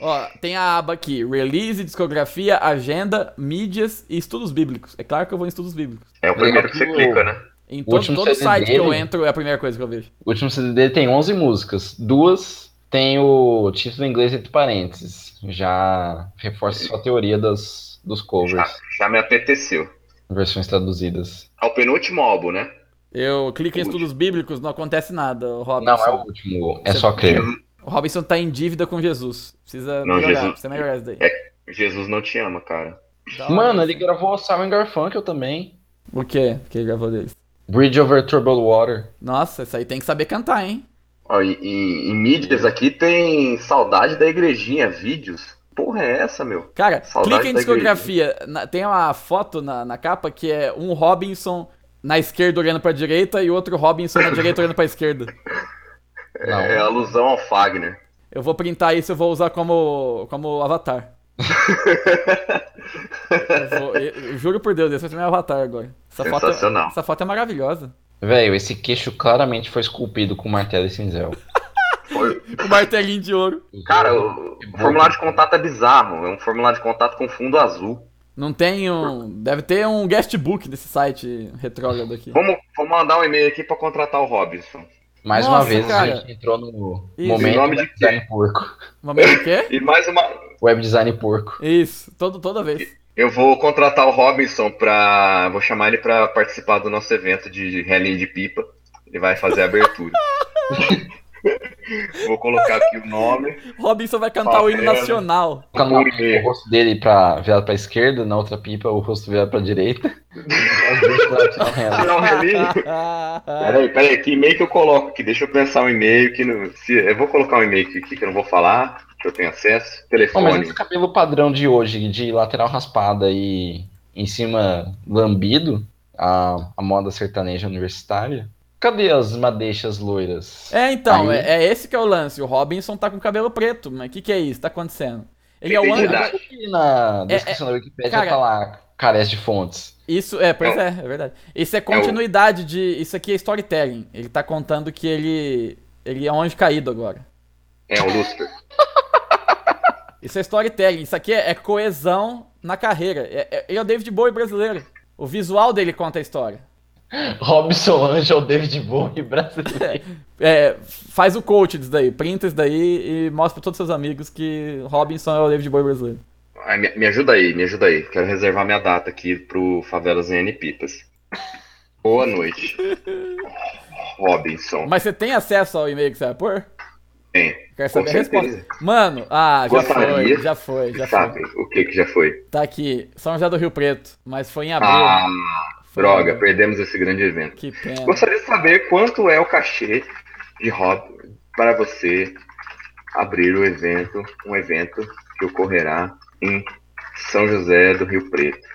C: Ó, tem a aba aqui: release, discografia, agenda, mídias e estudos bíblicos. É claro que eu vou em estudos bíblicos.
E: É o primeiro que você clica, né?
C: Em
D: O
C: todo,
D: último
C: todo
D: CD
C: site que eu
D: dele?
C: entro é a primeira coisa que eu vejo.
D: O último CD dele tem 11 músicas. Duas tem o título em inglês entre parênteses. Já reforça sua teoria das, dos covers.
E: Já me apeteceu.
D: Versões traduzidas.
E: É o penúltimo álbum, né?
C: Eu clico em estudos bíblicos, não acontece nada, o Robinson.
D: Não, é o último. É só crer.
C: O Robinson tá em dívida com Jesus. Precisa
E: Não,
C: melhorar,
E: Jesus-
C: precisa melhorar isso daí.
E: Jesus não te ama, cara.
C: Da hora.
D: É Mano, ele gravou Simon Garfunkel também.
C: O quê? Que ele gravou deles?
D: Bridge Over Troubled Water.
C: Nossa, isso aí tem que saber cantar, hein?
E: Ó, e, e- e mídias aqui tem saudade da igrejinha, vídeos. Porra é essa, meu?
C: Cara,
E: Saudade
C: clica em
E: da
C: discografia. Na- tem uma foto na, na capa que é um Robinson na esquerda olhando pra direita e outro Robinson na direita olhando pra esquerda.
D: Não.
E: É alusão ao Fagner.
C: Eu vou printar isso e vou usar como, como avatar. Eu, vou- eu- eu juro por Deus, esse vai ser meu avatar agora. Essa foto, é,
E: Sensacional.
C: essa foto é maravilhosa.
D: Velho, esse queixo claramente foi esculpido com martelo e cinzel.
E: Foi-
C: O martelinho de ouro.
E: Cara, o o formulário de contato é bizarro. É um formulário de contato com fundo azul.
C: Não tem um. Deve ter um guestbook desse site retrógrado aqui.
E: Vamos, vamos mandar um e-mail aqui pra contratar o Robinson.
D: Mais
C: Nossa,
D: uma vez
C: cara.
D: a gente entrou no
C: Isso.
D: momento
E: Em nome de
D: web design porco.
C: Momento o quê?
E: E mais uma.
D: Web design porco.
C: Isso, todo, toda vez.
E: Eu vou contratar o Robinson pra. Vou chamar ele pra participar do nosso evento de rally de pipa. Ele vai fazer a abertura. vou colocar aqui o nome.
C: Robinson vai cantar o hino
E: Favela.
C: nacional.
D: Coloca numa
E: Por quê?
D: pipa o rosto dele pra, virado pra esquerda, na outra pipa o rosto virado pra direita. As duas pra- pra reta.
E: Não, rally. Peraí, peraí, que e-mail que eu coloco aqui? Deixa eu pensar um e-mail que não. se- eu vou colocar um e-mail aqui que eu não vou falar, que eu tenho acesso.
D: Bom, mas
E: Telefone.
D: esse cabelo padrão de hoje, de lateral raspada e em cima lambido, a, a moda sertaneja universitária, cadê as madeixas loiras?
C: É, então,
D: Aí-
C: é, é esse que é o lance. O Robinson tá com cabelo preto, mas o que, que é isso? Tá acontecendo? Ele é o
E: Identidade.
C: anjo.
D: Isso aqui na descrição da Wikipédia
C: É, cara-
D: tá lá, carece de fontes.
C: Isso, é, pois é, é verdade. Isso é continuidade de. Isso aqui é storytelling. Ele tá contando que ele. Ele é um anjo caído agora.
E: É o Lustre.
C: Isso é storytelling. Isso aqui é, é coesão na carreira. É, é- ele é o David Bowie brasileiro. O visual dele conta a história.
D: Robson Angel, David Bowie brasileiro.
C: É, faz o coach disso daí, printa isso daí e mostra pra todos seus amigos que Robinson é o David Bowie brasileiro.
E: Ai, me, me ajuda aí, me ajuda aí. Quero reservar minha data aqui pro Favelas NN Pipas. Boa noite. Robinson.
C: Mas você tem acesso ao e-mail que você vai pôr?
E: Tem.
C: Quero
E: Com
C: saber a resposta.
E: certeza.
C: Mano, ah, já
E: Gostaria.
C: foi, já foi, já
E: Sabe
C: foi.
E: o que que já foi?
C: Tá aqui, São José do Rio Preto, mas foi em abril.
E: Ah,
C: Foi em
E: droga,
C: abril.
E: perdemos esse grande evento.
C: Que pena.
E: Gostaria de saber quanto é o cachê de Rob para você abrir o evento, um evento que ocorrerá em São José do Rio Preto.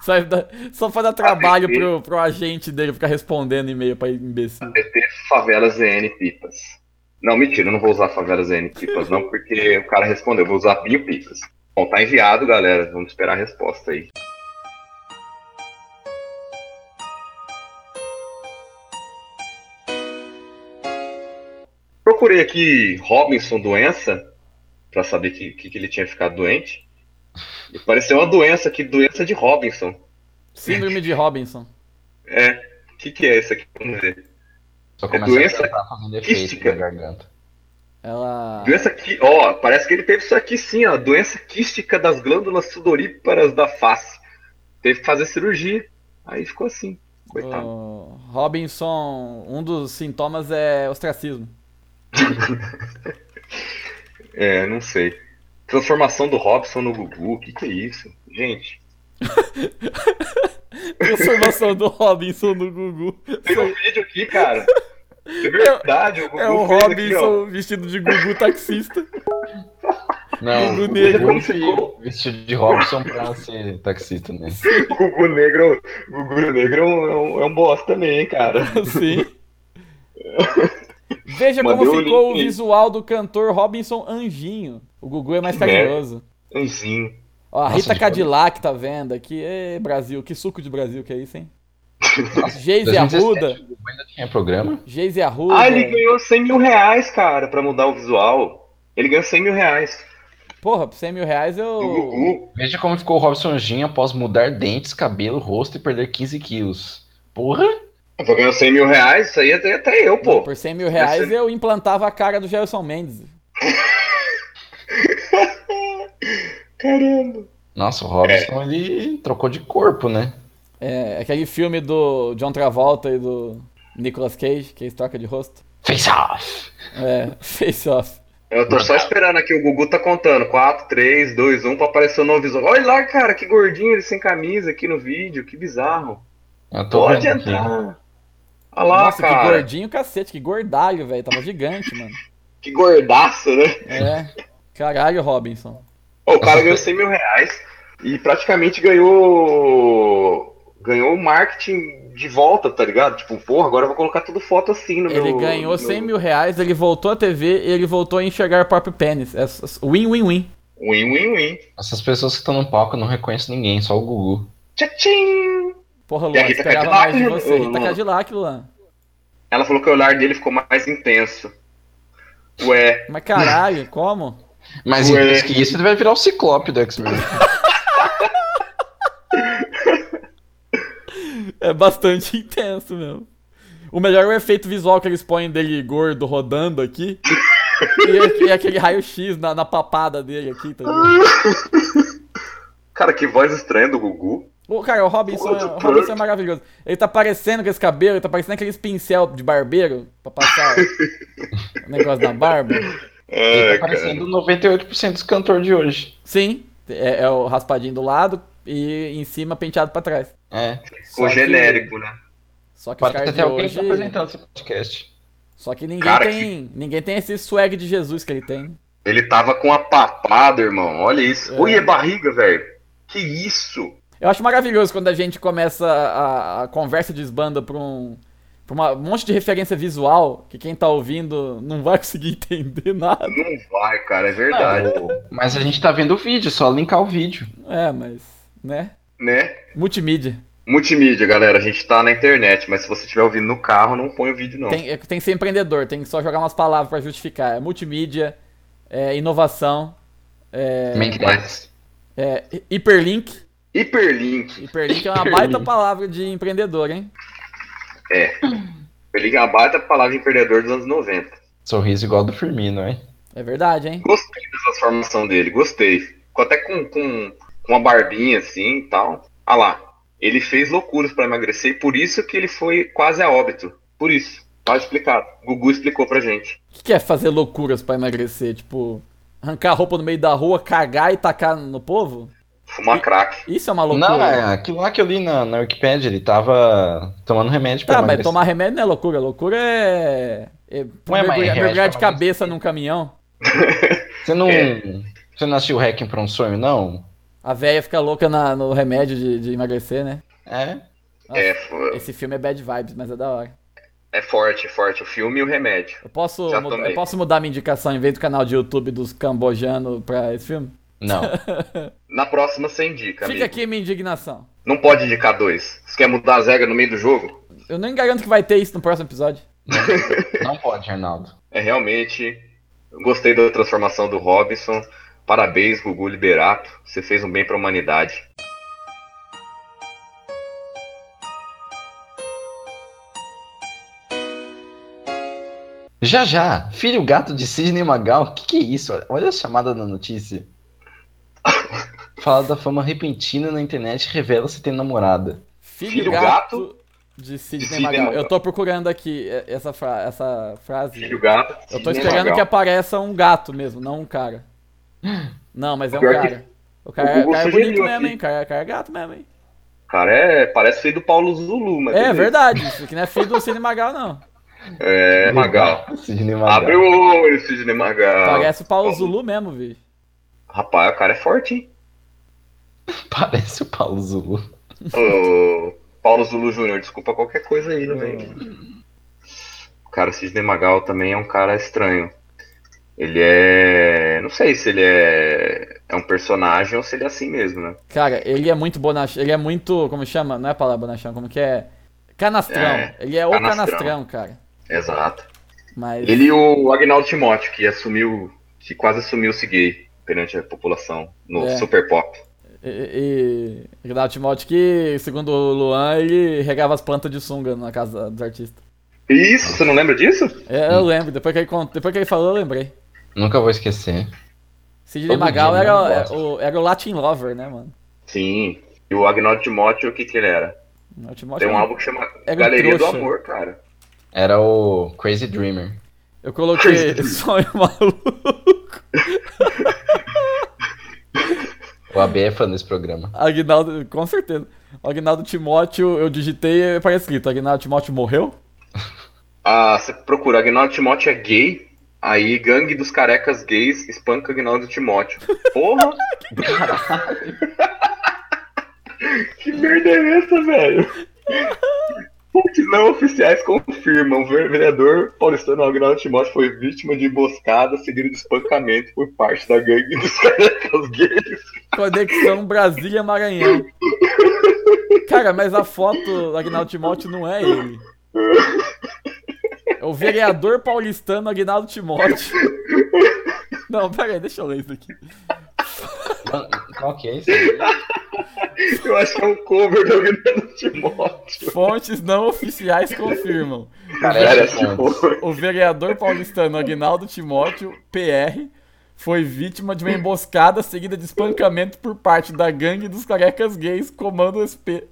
C: Só, dá- só pra dar
E: Ah,
C: trabalho pro, pro agente dele ficar respondendo e-mail pra imbecil.
E: PT Favela ZN Pipas. Não, mentira, eu não vou usar Favela ZN Pipas, não, porque o cara respondeu, eu vou usar Pinho Pipas. Bom, tá enviado, galera. Vamos esperar a resposta aí. Procurei aqui Robinson doença, pra saber que, que, que ele tinha ficado doente. E pareceu uma doença aqui, doença de Robinson.
C: Síndrome de Robinson.
E: É, o que, que é isso aqui? Vamos ver.
D: Só
E: doença
D: começa a tá fazendo efeito
E: quística.
D: na garganta.
C: Ela.
E: Doença qui... Ó, parece que ele teve isso aqui sim, ó. Doença quística das glândulas sudoríparas da face. Teve que fazer cirurgia. Aí ficou assim. Coitado.
C: o Robinson, um dos sintomas é ostracismo.
E: É, não sei. Transformação do Robson no Gugu. O que, que é isso? Gente.
C: Transformação do Robinson no Gugu.
E: Tem um vídeo aqui, cara. É verdade, o Gugu
C: É o
E: fez aqui, ó.
C: Robinson vestido de Gugu taxista.
D: Não,
C: Gugu
D: o
C: negro.
D: Gugu se vestiu de Robson pra ser taxista, né?
E: O Gugu Negro, o Gugu Negro é um, é um- é um boss também, hein, cara.
C: Sim. Veja
E: Mandei
C: como
E: o
C: ficou o
E: link aí.
C: visual do cantor Robinson Anjinho. O Gugu é mais carinhoso.
E: Anzinho.
C: Ó, a
D: Nossa,
C: Rita
D: de
C: Cadillac tá vendo aqui. Ê, Brasil, que suco de Brasil que é isso, hein? Geise
D: 2017,
C: Arruda.
D: o Gugu ainda tinha programa?
C: Geise Arruda.
E: Ah, ele ganhou 100 mil reais, cara, pra mudar o visual. Ele ganhou 100 mil reais.
C: Porra, por 100 mil reais eu.
E: O Gugu.
D: Veja como ficou o Robson Jim após mudar dentes, cabelo, rosto e perder 15 quilos. Porra!
E: Vou ganhar 100 mil reais, isso aí é até, até eu, pô.
C: Por 100 mil reais
E: Essa-
C: eu implantava a cara do Gerson Mendes.
E: Caramba.
D: Nossa, o
E: É.
D: Robson ele trocou de corpo, né?
C: É, aquele filme do John Travolta e do Nicolas Cage, que eles trocam de rosto.
D: Face off!
C: É, face off.
E: Eu tô só
C: Uhum.
E: esperando aqui, o Gugu tá contando. 4, 3, 2, 1 pra aparecer o novo visual. Olha lá, cara, que gordinho ele sem camisa aqui no vídeo, que bizarro.
D: Eu tô
E: Pode
D: vendo aqui.
E: entrar. Olha lá,
C: Nossa, que
E: cara.
C: gordinho, cacete, que gordalho, velho. Tava gigante, mano.
E: Que, gordaço, né?
C: É. Caralho, Robinson.
E: Ô, o cara ganhou 100 mil reais e praticamente ganhou. Ganhou o marketing de volta, tá ligado? Tipo, porra, agora eu vou colocar tudo foto assim no meu.
C: Ele ganhou
E: no-
C: 100 mil reais, ele voltou à TV e ele voltou a enxergar o próprio pênis. É s- s- Win, win, win.
E: Win, win, win.
D: Essas pessoas que estão no palco eu não reconheço ninguém, só o Gugu.
E: Tchim!
C: Porra,
E: E a
C: Luan,
E: Rita
C: esperava
E: é Cadillac,
C: mais de você.
E: Luan?
C: Rita Cadillac, Luan.
E: Ela falou que o olhar dele ficou mais intenso. Ué,
C: Mas caralho, como?
D: Mas
E: Ué.
D: depois que isso ele vai virar o Ciclope do X-Men.
C: É bastante intenso mesmo. O melhor é o efeito visual que eles põem dele gordo rodando aqui. e, e aquele raio-x na, na papada dele aqui, tá ligado?
E: cara, que voz estranha do Gugu.
C: Ô, cara, o Robinson,
E: Puta,
C: o Robinson é
E: cara.
C: maravilhoso. Ele tá parecendo com esse cabelo, ele tá parecendo aqueles pincel de barbeiro pra passar o negócio da barba.
E: É,
D: tá parecendo 98% dos cantores de hoje.
C: Sim, é, é o raspadinho do lado e em cima penteado pra trás.
D: É.
C: Só
E: O
C: que-
E: genérico, né?
C: Só que os caras
D: Parece
C: de
D: até alguém
C: hoje...
D: está apresentando esse podcast.
C: Só que ninguém
E: Cara,
C: tem, ninguém tem esse swag de Jesus que ele tem.
E: Ele tava com a papada, irmão. Olha isso.
C: É.
E: Ui, é barriga, velho. Que isso?
C: Eu acho maravilhoso quando a gente começa a, a conversa desbanda pra um, pra uma- um monte de referência visual que quem tá ouvindo não vai conseguir entender nada.
E: Não vai, cara, é verdade.
D: Mas a gente tá vendo o vídeo, só linkar o vídeo.
C: É, mas, né?
E: Né?
C: Multimídia.
E: Multimídia, galera. A gente tá na internet, mas se você estiver ouvindo no carro, não põe o vídeo, não.
C: Tem, é, tem que ser empreendedor, tem que só jogar umas palavras pra justificar. É multimídia, é inovação, é,
D: Minecraft.
C: é hi- hiperlink.
E: Hiperlink.
C: Hiperlink é uma
D: Hiperlink.
C: baita palavra de empreendedor, hein?
E: Hiperlink é uma baita palavra de empreendedor dos anos 90.
D: Sorriso igual do Firmino, hein?
C: É verdade, hein?
E: Gostei da transformação dele, gostei. Ficou até com, com, com uma barbinha assim e tal. Ah lá, ele fez loucuras pra emagrecer e por isso que ele foi quase a óbito. Por isso, tá explicado. Gugu explicou pra gente.
C: O que, que é fazer loucuras pra emagrecer? Tipo, arrancar a roupa no meio da rua, cagar e tacar no povo?
E: Fumar crack.
C: Isso é uma loucura.
D: Não, é, aquilo lá que eu li na, na Wikipédia, ele tava tomando remédio pra
C: Tá, mas
D: emagrecer.
C: tomar remédio não é loucura. Loucura é. é
D: mas
C: mergulhar,
D: remédio
C: mergulhar de
D: pra
C: cabeça num caminhão.
E: É.
D: Você não. Você não assistiu Hacking pra um Sonho, não?
C: A véia fica louca na- no remédio de, de emagrecer, né?
D: É.
C: Nossa,
E: É, fo-
C: Esse filme é bad vibes, mas é da hora.
E: é forte, forte o filme e o remédio.
C: Eu posso,
E: Já
C: muda-
E: tomei.
C: eu posso mudar minha indicação em vez do canal de YouTube dos cambojanos pra esse filme?
D: Não.
E: Na próxima você indica,
C: Fica
E: amigo.
C: aqui minha indignação.
E: Não pode indicar dois. Você quer mudar as regras no meio do jogo?
C: Eu nem garanto que vai ter isso no próximo episódio.
D: Não pode, Arnaldo.
E: É realmente. eu Gostei da transformação do Robinson. Parabéns, Gugu Liberato. Você fez um bem pra humanidade.
D: Já já, filho gato de Sidney Magal, que que é isso? Olha a chamada da notícia. Fala da fama repentina na internet revela se tem namorada.
C: Filho,
E: Filho
C: gato, de
E: de
C: Sidney
E: Sidney
C: Magal.
E: Magal.
C: Eu tô procurando aqui é, essa, fra- essa frase.
E: Filho gato.
C: Eu tô esperando que apareça um gato mesmo, não um cara. Não, mas é um
E: Pior que-
C: cara. O cara,
E: o Google
C: o cara é bonito
E: sugeriu
C: mesmo,
E: aqui.
C: hein? O cara, o cara é gato mesmo, hein?
E: Cara, é, parece filho do Paulo Zulu, mas.
C: É
E: beleza.
C: verdade, isso aqui não é filho do Sidney Magal, não.
E: É, Magal.
D: Sidney Magal.
E: Abre o olho, Sidney Magal.
C: Parece o
E: tá
C: Paulo Zulu mesmo, bicho.
E: Rapaz, o cara é forte, hein?
D: Parece o Paulo Zulu.
E: Ô, Paulo Zulu Júnior, desculpa qualquer coisa aí, né, velho? Cara, o Sidney Magal também é um cara estranho. Ele é. Não sei se ele é. É um personagem ou se ele é assim mesmo, né?
C: Cara, ele é muito bonachão, ele é muito, como chama? Não é palavra bonachão, como que é? Canastrão.
E: É,
C: ele é o
E: canastrão.
C: canastrão, cara.
E: Exato.
C: Mas
E: Ele e o Agnaldo Timóteo, que assumiu. que quase assumiu se gay perante a população no
C: É.
E: Super Pop.
C: E, e Renato Timóteo que, segundo o Luan, ele regava as plantas de sunga na casa dos artistas.
E: Isso, você não lembra disso?
C: É,
D: Hum.
C: eu lembro, depois que ele, cont- depois que ele falou, eu lembrei.
D: Nunca vou esquecer.
C: Sidney
D: Todo
C: Magal
D: dia, né?
C: era,
D: mano,
C: era
D: gosto.
C: o, era o Latin Lover, né, mano?
E: Sim. E o Agnaldo Timóteo, o que, que ele era?
C: O Timóteo
E: Tem um
C: era-
E: álbum que chama
C: Era um
E: Galeria do
C: trouxa.
E: Amor, cara.
D: Era o Crazy Dreamer.
C: Eu coloquei sonho maluco.
D: O AB é fã desse programa.
C: Agnaldo, com certeza. Agnaldo Timóteo, eu digitei e parece escrito. Agnaldo Timóteo morreu?
E: Ah, você procura Agnaldo Timóteo é gay, aí gangue dos carecas gays espanca Agnaldo Timóteo. Porra! que merda é essa, velho? Fontes não oficiais confirmam. O vereador paulistano Agnaldo Timóteo foi vítima de emboscada seguida de espancamento por parte da gangue dos carecas gays.
C: Conexão Brasília-Maranhão. Cara, mas a foto do Agnaldo Timóteo não é ele. É o vereador paulistano Agnaldo Timóteo. Não, pera aí, deixa eu ler isso aqui.
D: Mano, qual que é isso?
E: Eu acho que é um cover do Agnaldo Timóteo.
C: Fontes não oficiais confirmam.
E: Cara, tipo,
D: Parece um
E: esse
D: fontes.
E: povo-
C: O vereador paulistano Agnaldo Timóteo, PR, foi vítima de uma emboscada seguida de espancamento por parte da gangue dos carecas gays Comando SP.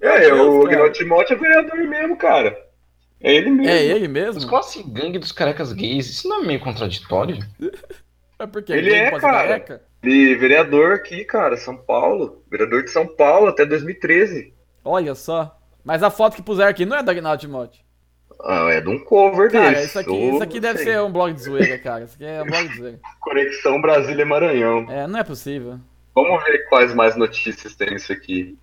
E: É,
C: Deus,
E: o
C: cara.
E: Agnaldo Timóteo é vereador mesmo, cara. É ele mesmo.
C: É ele
D: Mas
C: mesmo?
D: como assim, gangue dos carecas gays? Isso não é meio contraditório?
C: É porque
E: Ele
C: gay
E: é,
C: pode ser
E: cara.
C: careca?
E: E vereador aqui, cara, São Paulo. Vereador de São Paulo até 2013.
C: Olha só. Mas a foto que puseram aqui não é da Agnaldo Timóteo.
E: Ah, é de um cover
C: Cara,
E: desse.
C: isso aqui,
E: Eu
C: isso aqui
E: não
C: deve
E: sei.
C: ser um blog de zoeira, cara. Isso aqui é um blog de zoeira.
E: Conexão Brasília-Maranhão.
C: É, não é possível.
E: Vamos ver quais mais notícias tem isso aqui.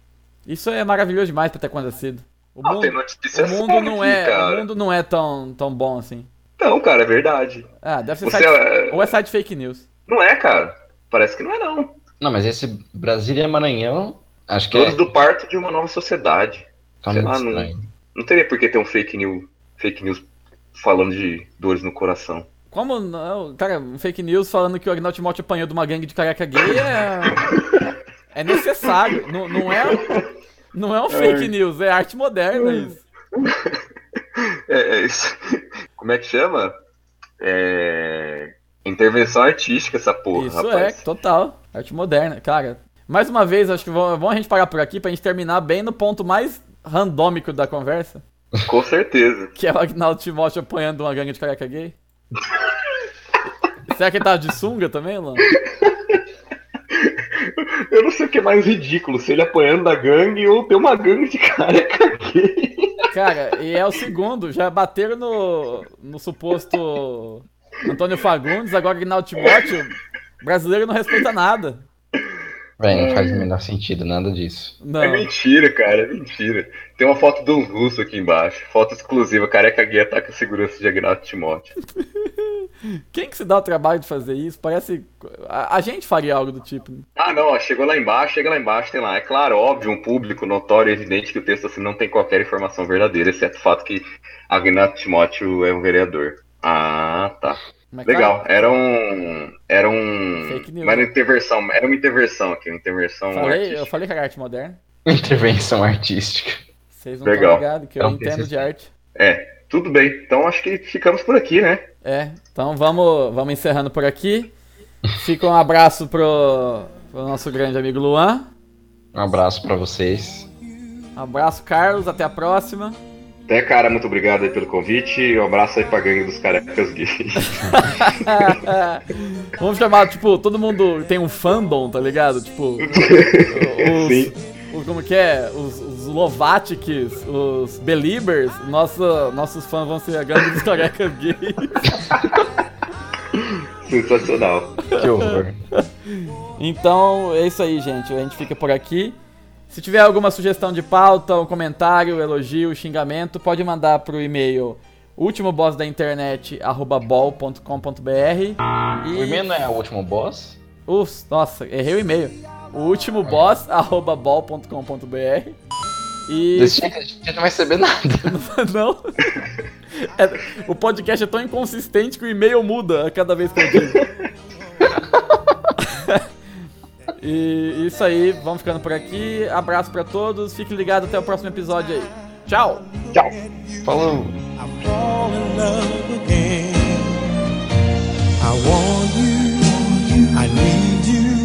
C: Isso é maravilhoso demais pra ter acontecido. O
E: Ah, tem
C: mundo,
E: notícias
C: o mundo
E: foda
C: não
E: aqui,
C: é,
E: cara.
C: o mundo não é tão, tão bom assim.
E: Não, cara, é verdade.
C: Ah, deve ser
E: Você
C: site,
E: é-
C: ou é site fake news.
E: Não é, cara. Parece que não é, não.
D: Não, mas esse Brasília e Maranhão, acho que
E: Todos
D: é.
E: do parto de uma nova sociedade.
D: Tá
E: sei
D: muito
E: lá, não-
D: estranho.
E: Não teria por que ter um fake news, fake news falando de dores no coração.
C: Como não? Cara, um fake news falando que o Agnaldo Timóteo apanhou de uma gangue de careca gay é. É necessário. não, não é. Não é um fake news, é arte moderna isso.
E: É, é isso. Como é que chama? É... Intervenção artística essa porra,
C: Isso
E: rapaz.
C: é, total. Arte moderna, cara. Mais uma vez, acho que vão- é bom a gente parar por aqui pra gente terminar bem no ponto mais randômico da conversa,
E: Com certeza.
C: que é o Agnaldo Timóteo apanhando uma gangue de careca gay. Será que ele tava de sunga também, Luan?
E: Eu não sei o que é mais ridículo, se ele apanhando da gangue ou ter uma gangue de careca gay.
C: Cara, e é o segundo, já bateram no, no suposto Antônio Fagundes, agora Agnaldo Timóteo. Brasileiro não respeita nada.
D: Véi, não
E: Hum.
D: faz o menor sentido nada disso.
C: Não.
E: É mentira, cara, é mentira. Tem uma foto de um russo aqui embaixo. Foto exclusiva, careca gay ataca a segurança de Agnaldo Timóteo.
C: Quem que se dá o trabalho de fazer isso? Parece. A, a gente faria algo do tipo. né?
E: Ah, não, ó, chegou lá embaixo, chega lá embaixo, tem lá. É claro, óbvio, um público notório e evidente que o texto assim não tem qualquer informação verdadeira, exceto o fato que Agnaldo Timóteo é um vereador. Ah, tá.
C: Mas,
E: Legal, era um. Era um.
C: é Fake news.
E: Mas era interversão, era uma interversão aqui, uma interversão.
C: cara, falei, eu
E: artística.
C: falei que era arte moderna.
D: Intervenção artística.
C: Vocês não estão
E: Legal. Então,
C: ligados que eu
D: Não,
C: entendo
D: esses-
C: de arte.
E: É, tudo bem. Então acho que ficamos por aqui, né?
C: É, então vamos, vamos encerrando por aqui. Fica um abraço pro, pro nosso grande amigo Luan.
D: Um abraço pra vocês.
C: Abraço, Carlos. Até a próxima.
E: Até, cara, muito obrigado aí pelo convite. Um abraço aí pra gangue dos carecas gays.
C: É. Vamos chamar, tipo, todo mundo tem um fandom, tá ligado? Tipo,
E: Sim.
C: os, os- como que é? Os, os Lovatics, os Beliebers, nossa, nossos fãs vão ser a gangue dos carecas gays.
E: Sensacional.
D: Que horror.
C: Então, é isso aí, gente. A gente fica por aqui. Se tiver alguma sugestão de pauta, um comentário, elogio, xingamento, pode mandar pro e-mail ultimobossdainternet@bol.com.br
D: O
C: e
D: e-mail não é o último boss?
C: Ups, nossa, errei o e-mail. O último boss, arroba bol.com.br. E.
D: Desse jeito a gente não vai receber nada.
C: Não. É, o podcast é tão inconsistente que o e-mail muda a cada vez que eu digo. e isso aí, vamos ficando por aqui. Abraço pra todos, fique ligado até o próximo episódio aí. Tchau!
D: Falou.
F: fall in love again. I want you, Oh, I need you,